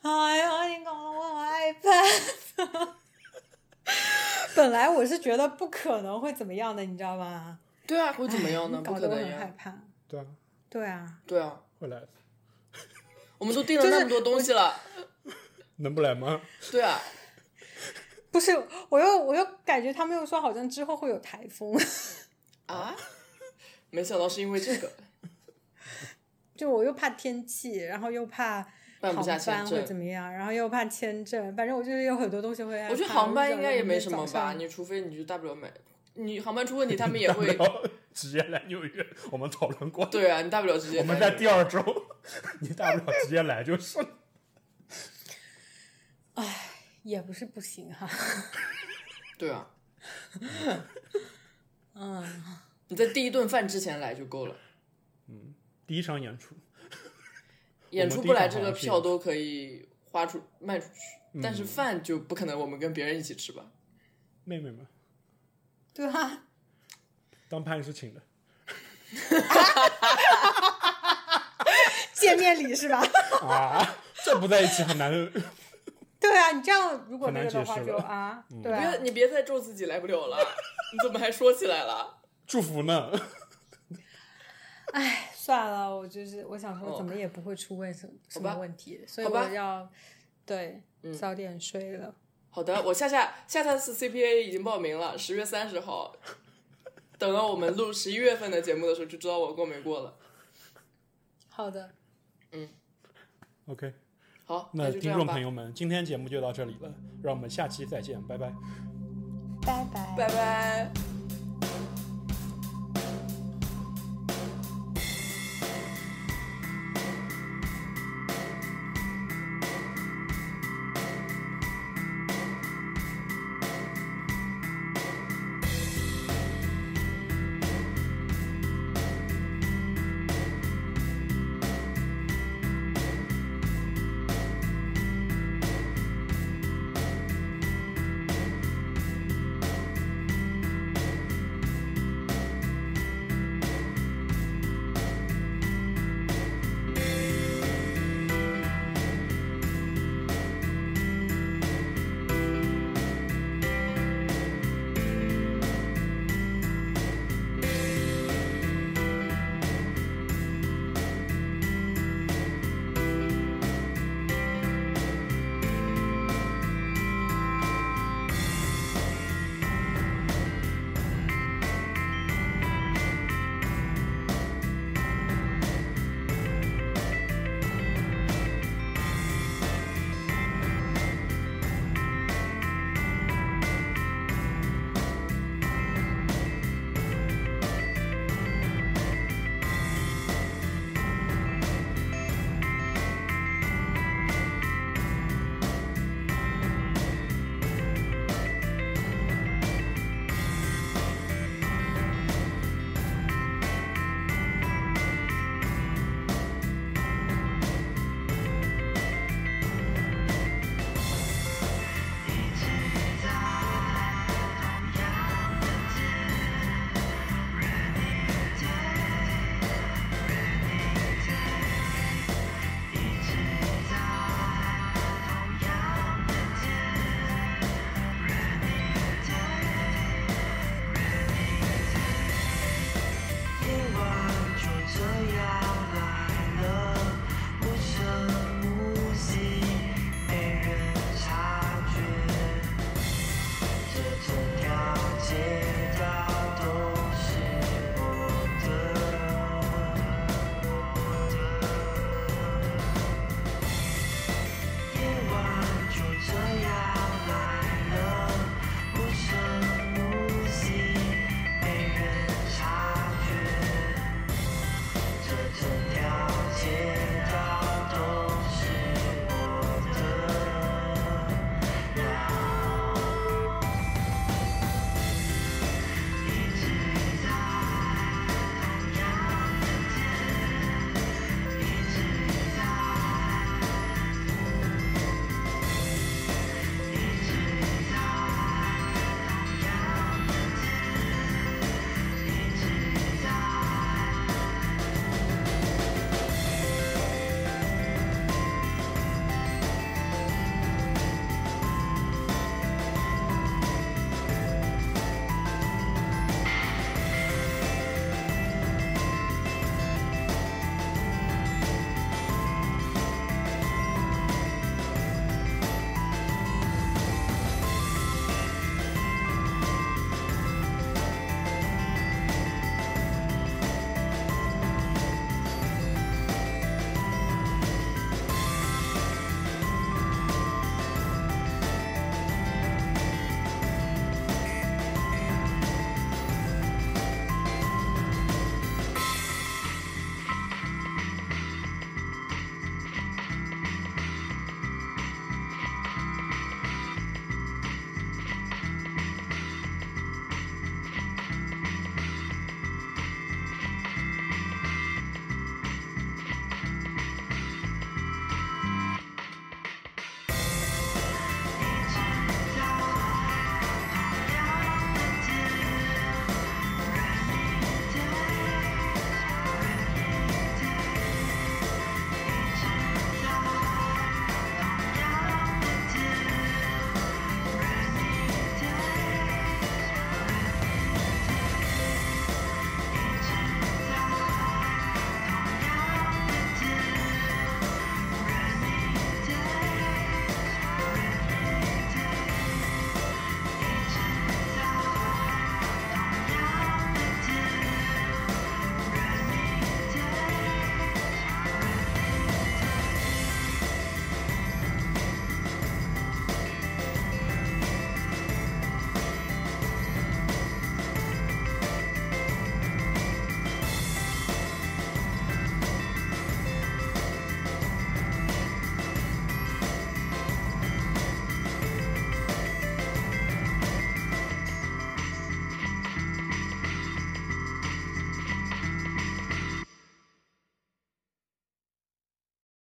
[SPEAKER 4] 哎呀，你搞得我好害怕。 本来我是觉得不可能会怎么样的，你知道吗？
[SPEAKER 3] 对啊，会怎么样呢？
[SPEAKER 4] 哎
[SPEAKER 3] 不
[SPEAKER 4] 搞
[SPEAKER 3] 可
[SPEAKER 4] 得我
[SPEAKER 3] 能
[SPEAKER 4] 很害
[SPEAKER 3] 呀。
[SPEAKER 4] 怕。
[SPEAKER 2] 对啊，
[SPEAKER 4] 对啊，
[SPEAKER 3] 对啊，
[SPEAKER 2] 会来的，
[SPEAKER 3] 我们都订了
[SPEAKER 4] 就是
[SPEAKER 3] 那么多东西了。
[SPEAKER 2] 能不来吗？
[SPEAKER 3] 对啊，
[SPEAKER 4] 不是，我又我又感觉他们又说好像之后会有台风。
[SPEAKER 3] 啊， 没想到是因为这个
[SPEAKER 4] 就我又怕天气，然后又怕
[SPEAKER 3] 办不
[SPEAKER 4] 航
[SPEAKER 3] 下
[SPEAKER 4] 班
[SPEAKER 3] 签
[SPEAKER 4] 会怎
[SPEAKER 3] 证。
[SPEAKER 4] 么样，然后又怕签证，反正我就是有很多东西会害怕。
[SPEAKER 3] 我觉得航班
[SPEAKER 4] 就
[SPEAKER 3] 应该也没什么
[SPEAKER 4] 早
[SPEAKER 3] 吧，
[SPEAKER 4] 上
[SPEAKER 3] 你除非你就大不了买，你航班出问题他们也 会
[SPEAKER 2] 然。后直接来纽约，我们讨论过。
[SPEAKER 3] 对啊，你大不了直接
[SPEAKER 2] 我们
[SPEAKER 3] 买
[SPEAKER 2] 在第二周，你大不了直接来就是了。
[SPEAKER 4] 也不是不行啊哈。
[SPEAKER 3] 对啊，
[SPEAKER 4] 嗯，
[SPEAKER 3] 你在第一顿饭之前来就够了。
[SPEAKER 2] 第一场演出，
[SPEAKER 3] 演
[SPEAKER 2] 我
[SPEAKER 3] 出
[SPEAKER 2] 们
[SPEAKER 3] 不来
[SPEAKER 2] 第
[SPEAKER 3] 这
[SPEAKER 2] 一场
[SPEAKER 3] 个
[SPEAKER 2] 好像是
[SPEAKER 3] 票都可以花出卖出去，但是
[SPEAKER 2] 嗯
[SPEAKER 3] 饭就不可能我们跟别人一起吃吧？
[SPEAKER 2] 妹妹们
[SPEAKER 4] 对啊，
[SPEAKER 2] 当潘石请的，
[SPEAKER 4] 见面礼是吧？
[SPEAKER 2] 啊，这不在一起很难。
[SPEAKER 4] 对啊，你这样如果
[SPEAKER 2] 很
[SPEAKER 4] 那
[SPEAKER 2] 难
[SPEAKER 4] 个的话
[SPEAKER 2] 解释
[SPEAKER 4] 就
[SPEAKER 2] 了嗯
[SPEAKER 4] 啊，对
[SPEAKER 3] 不
[SPEAKER 4] 啊
[SPEAKER 3] 要，，你别再咒自己来不了了，你怎么还说起来了？
[SPEAKER 2] 祝福呢？
[SPEAKER 4] 算了，我就是我想说，
[SPEAKER 3] 哦
[SPEAKER 4] 怎么也不会出问什么什
[SPEAKER 3] 好
[SPEAKER 4] 么
[SPEAKER 3] 吧
[SPEAKER 4] 问题，所以
[SPEAKER 3] 好吧
[SPEAKER 4] 我要对
[SPEAKER 3] 嗯
[SPEAKER 4] 早点睡了。
[SPEAKER 3] 好的，我下下下下次 CPA 已经报名了，十月三十号。等到我们录十一月份的节目的时候，就知道我过没过了。
[SPEAKER 4] 好的，
[SPEAKER 2] OK，
[SPEAKER 3] 好，
[SPEAKER 2] 那
[SPEAKER 3] 就这
[SPEAKER 2] 听
[SPEAKER 3] 样
[SPEAKER 2] 众
[SPEAKER 3] 吧
[SPEAKER 2] 朋，友们，今天节目就到这里了，让我们下期再见，拜拜。
[SPEAKER 4] 拜拜。
[SPEAKER 3] 拜拜。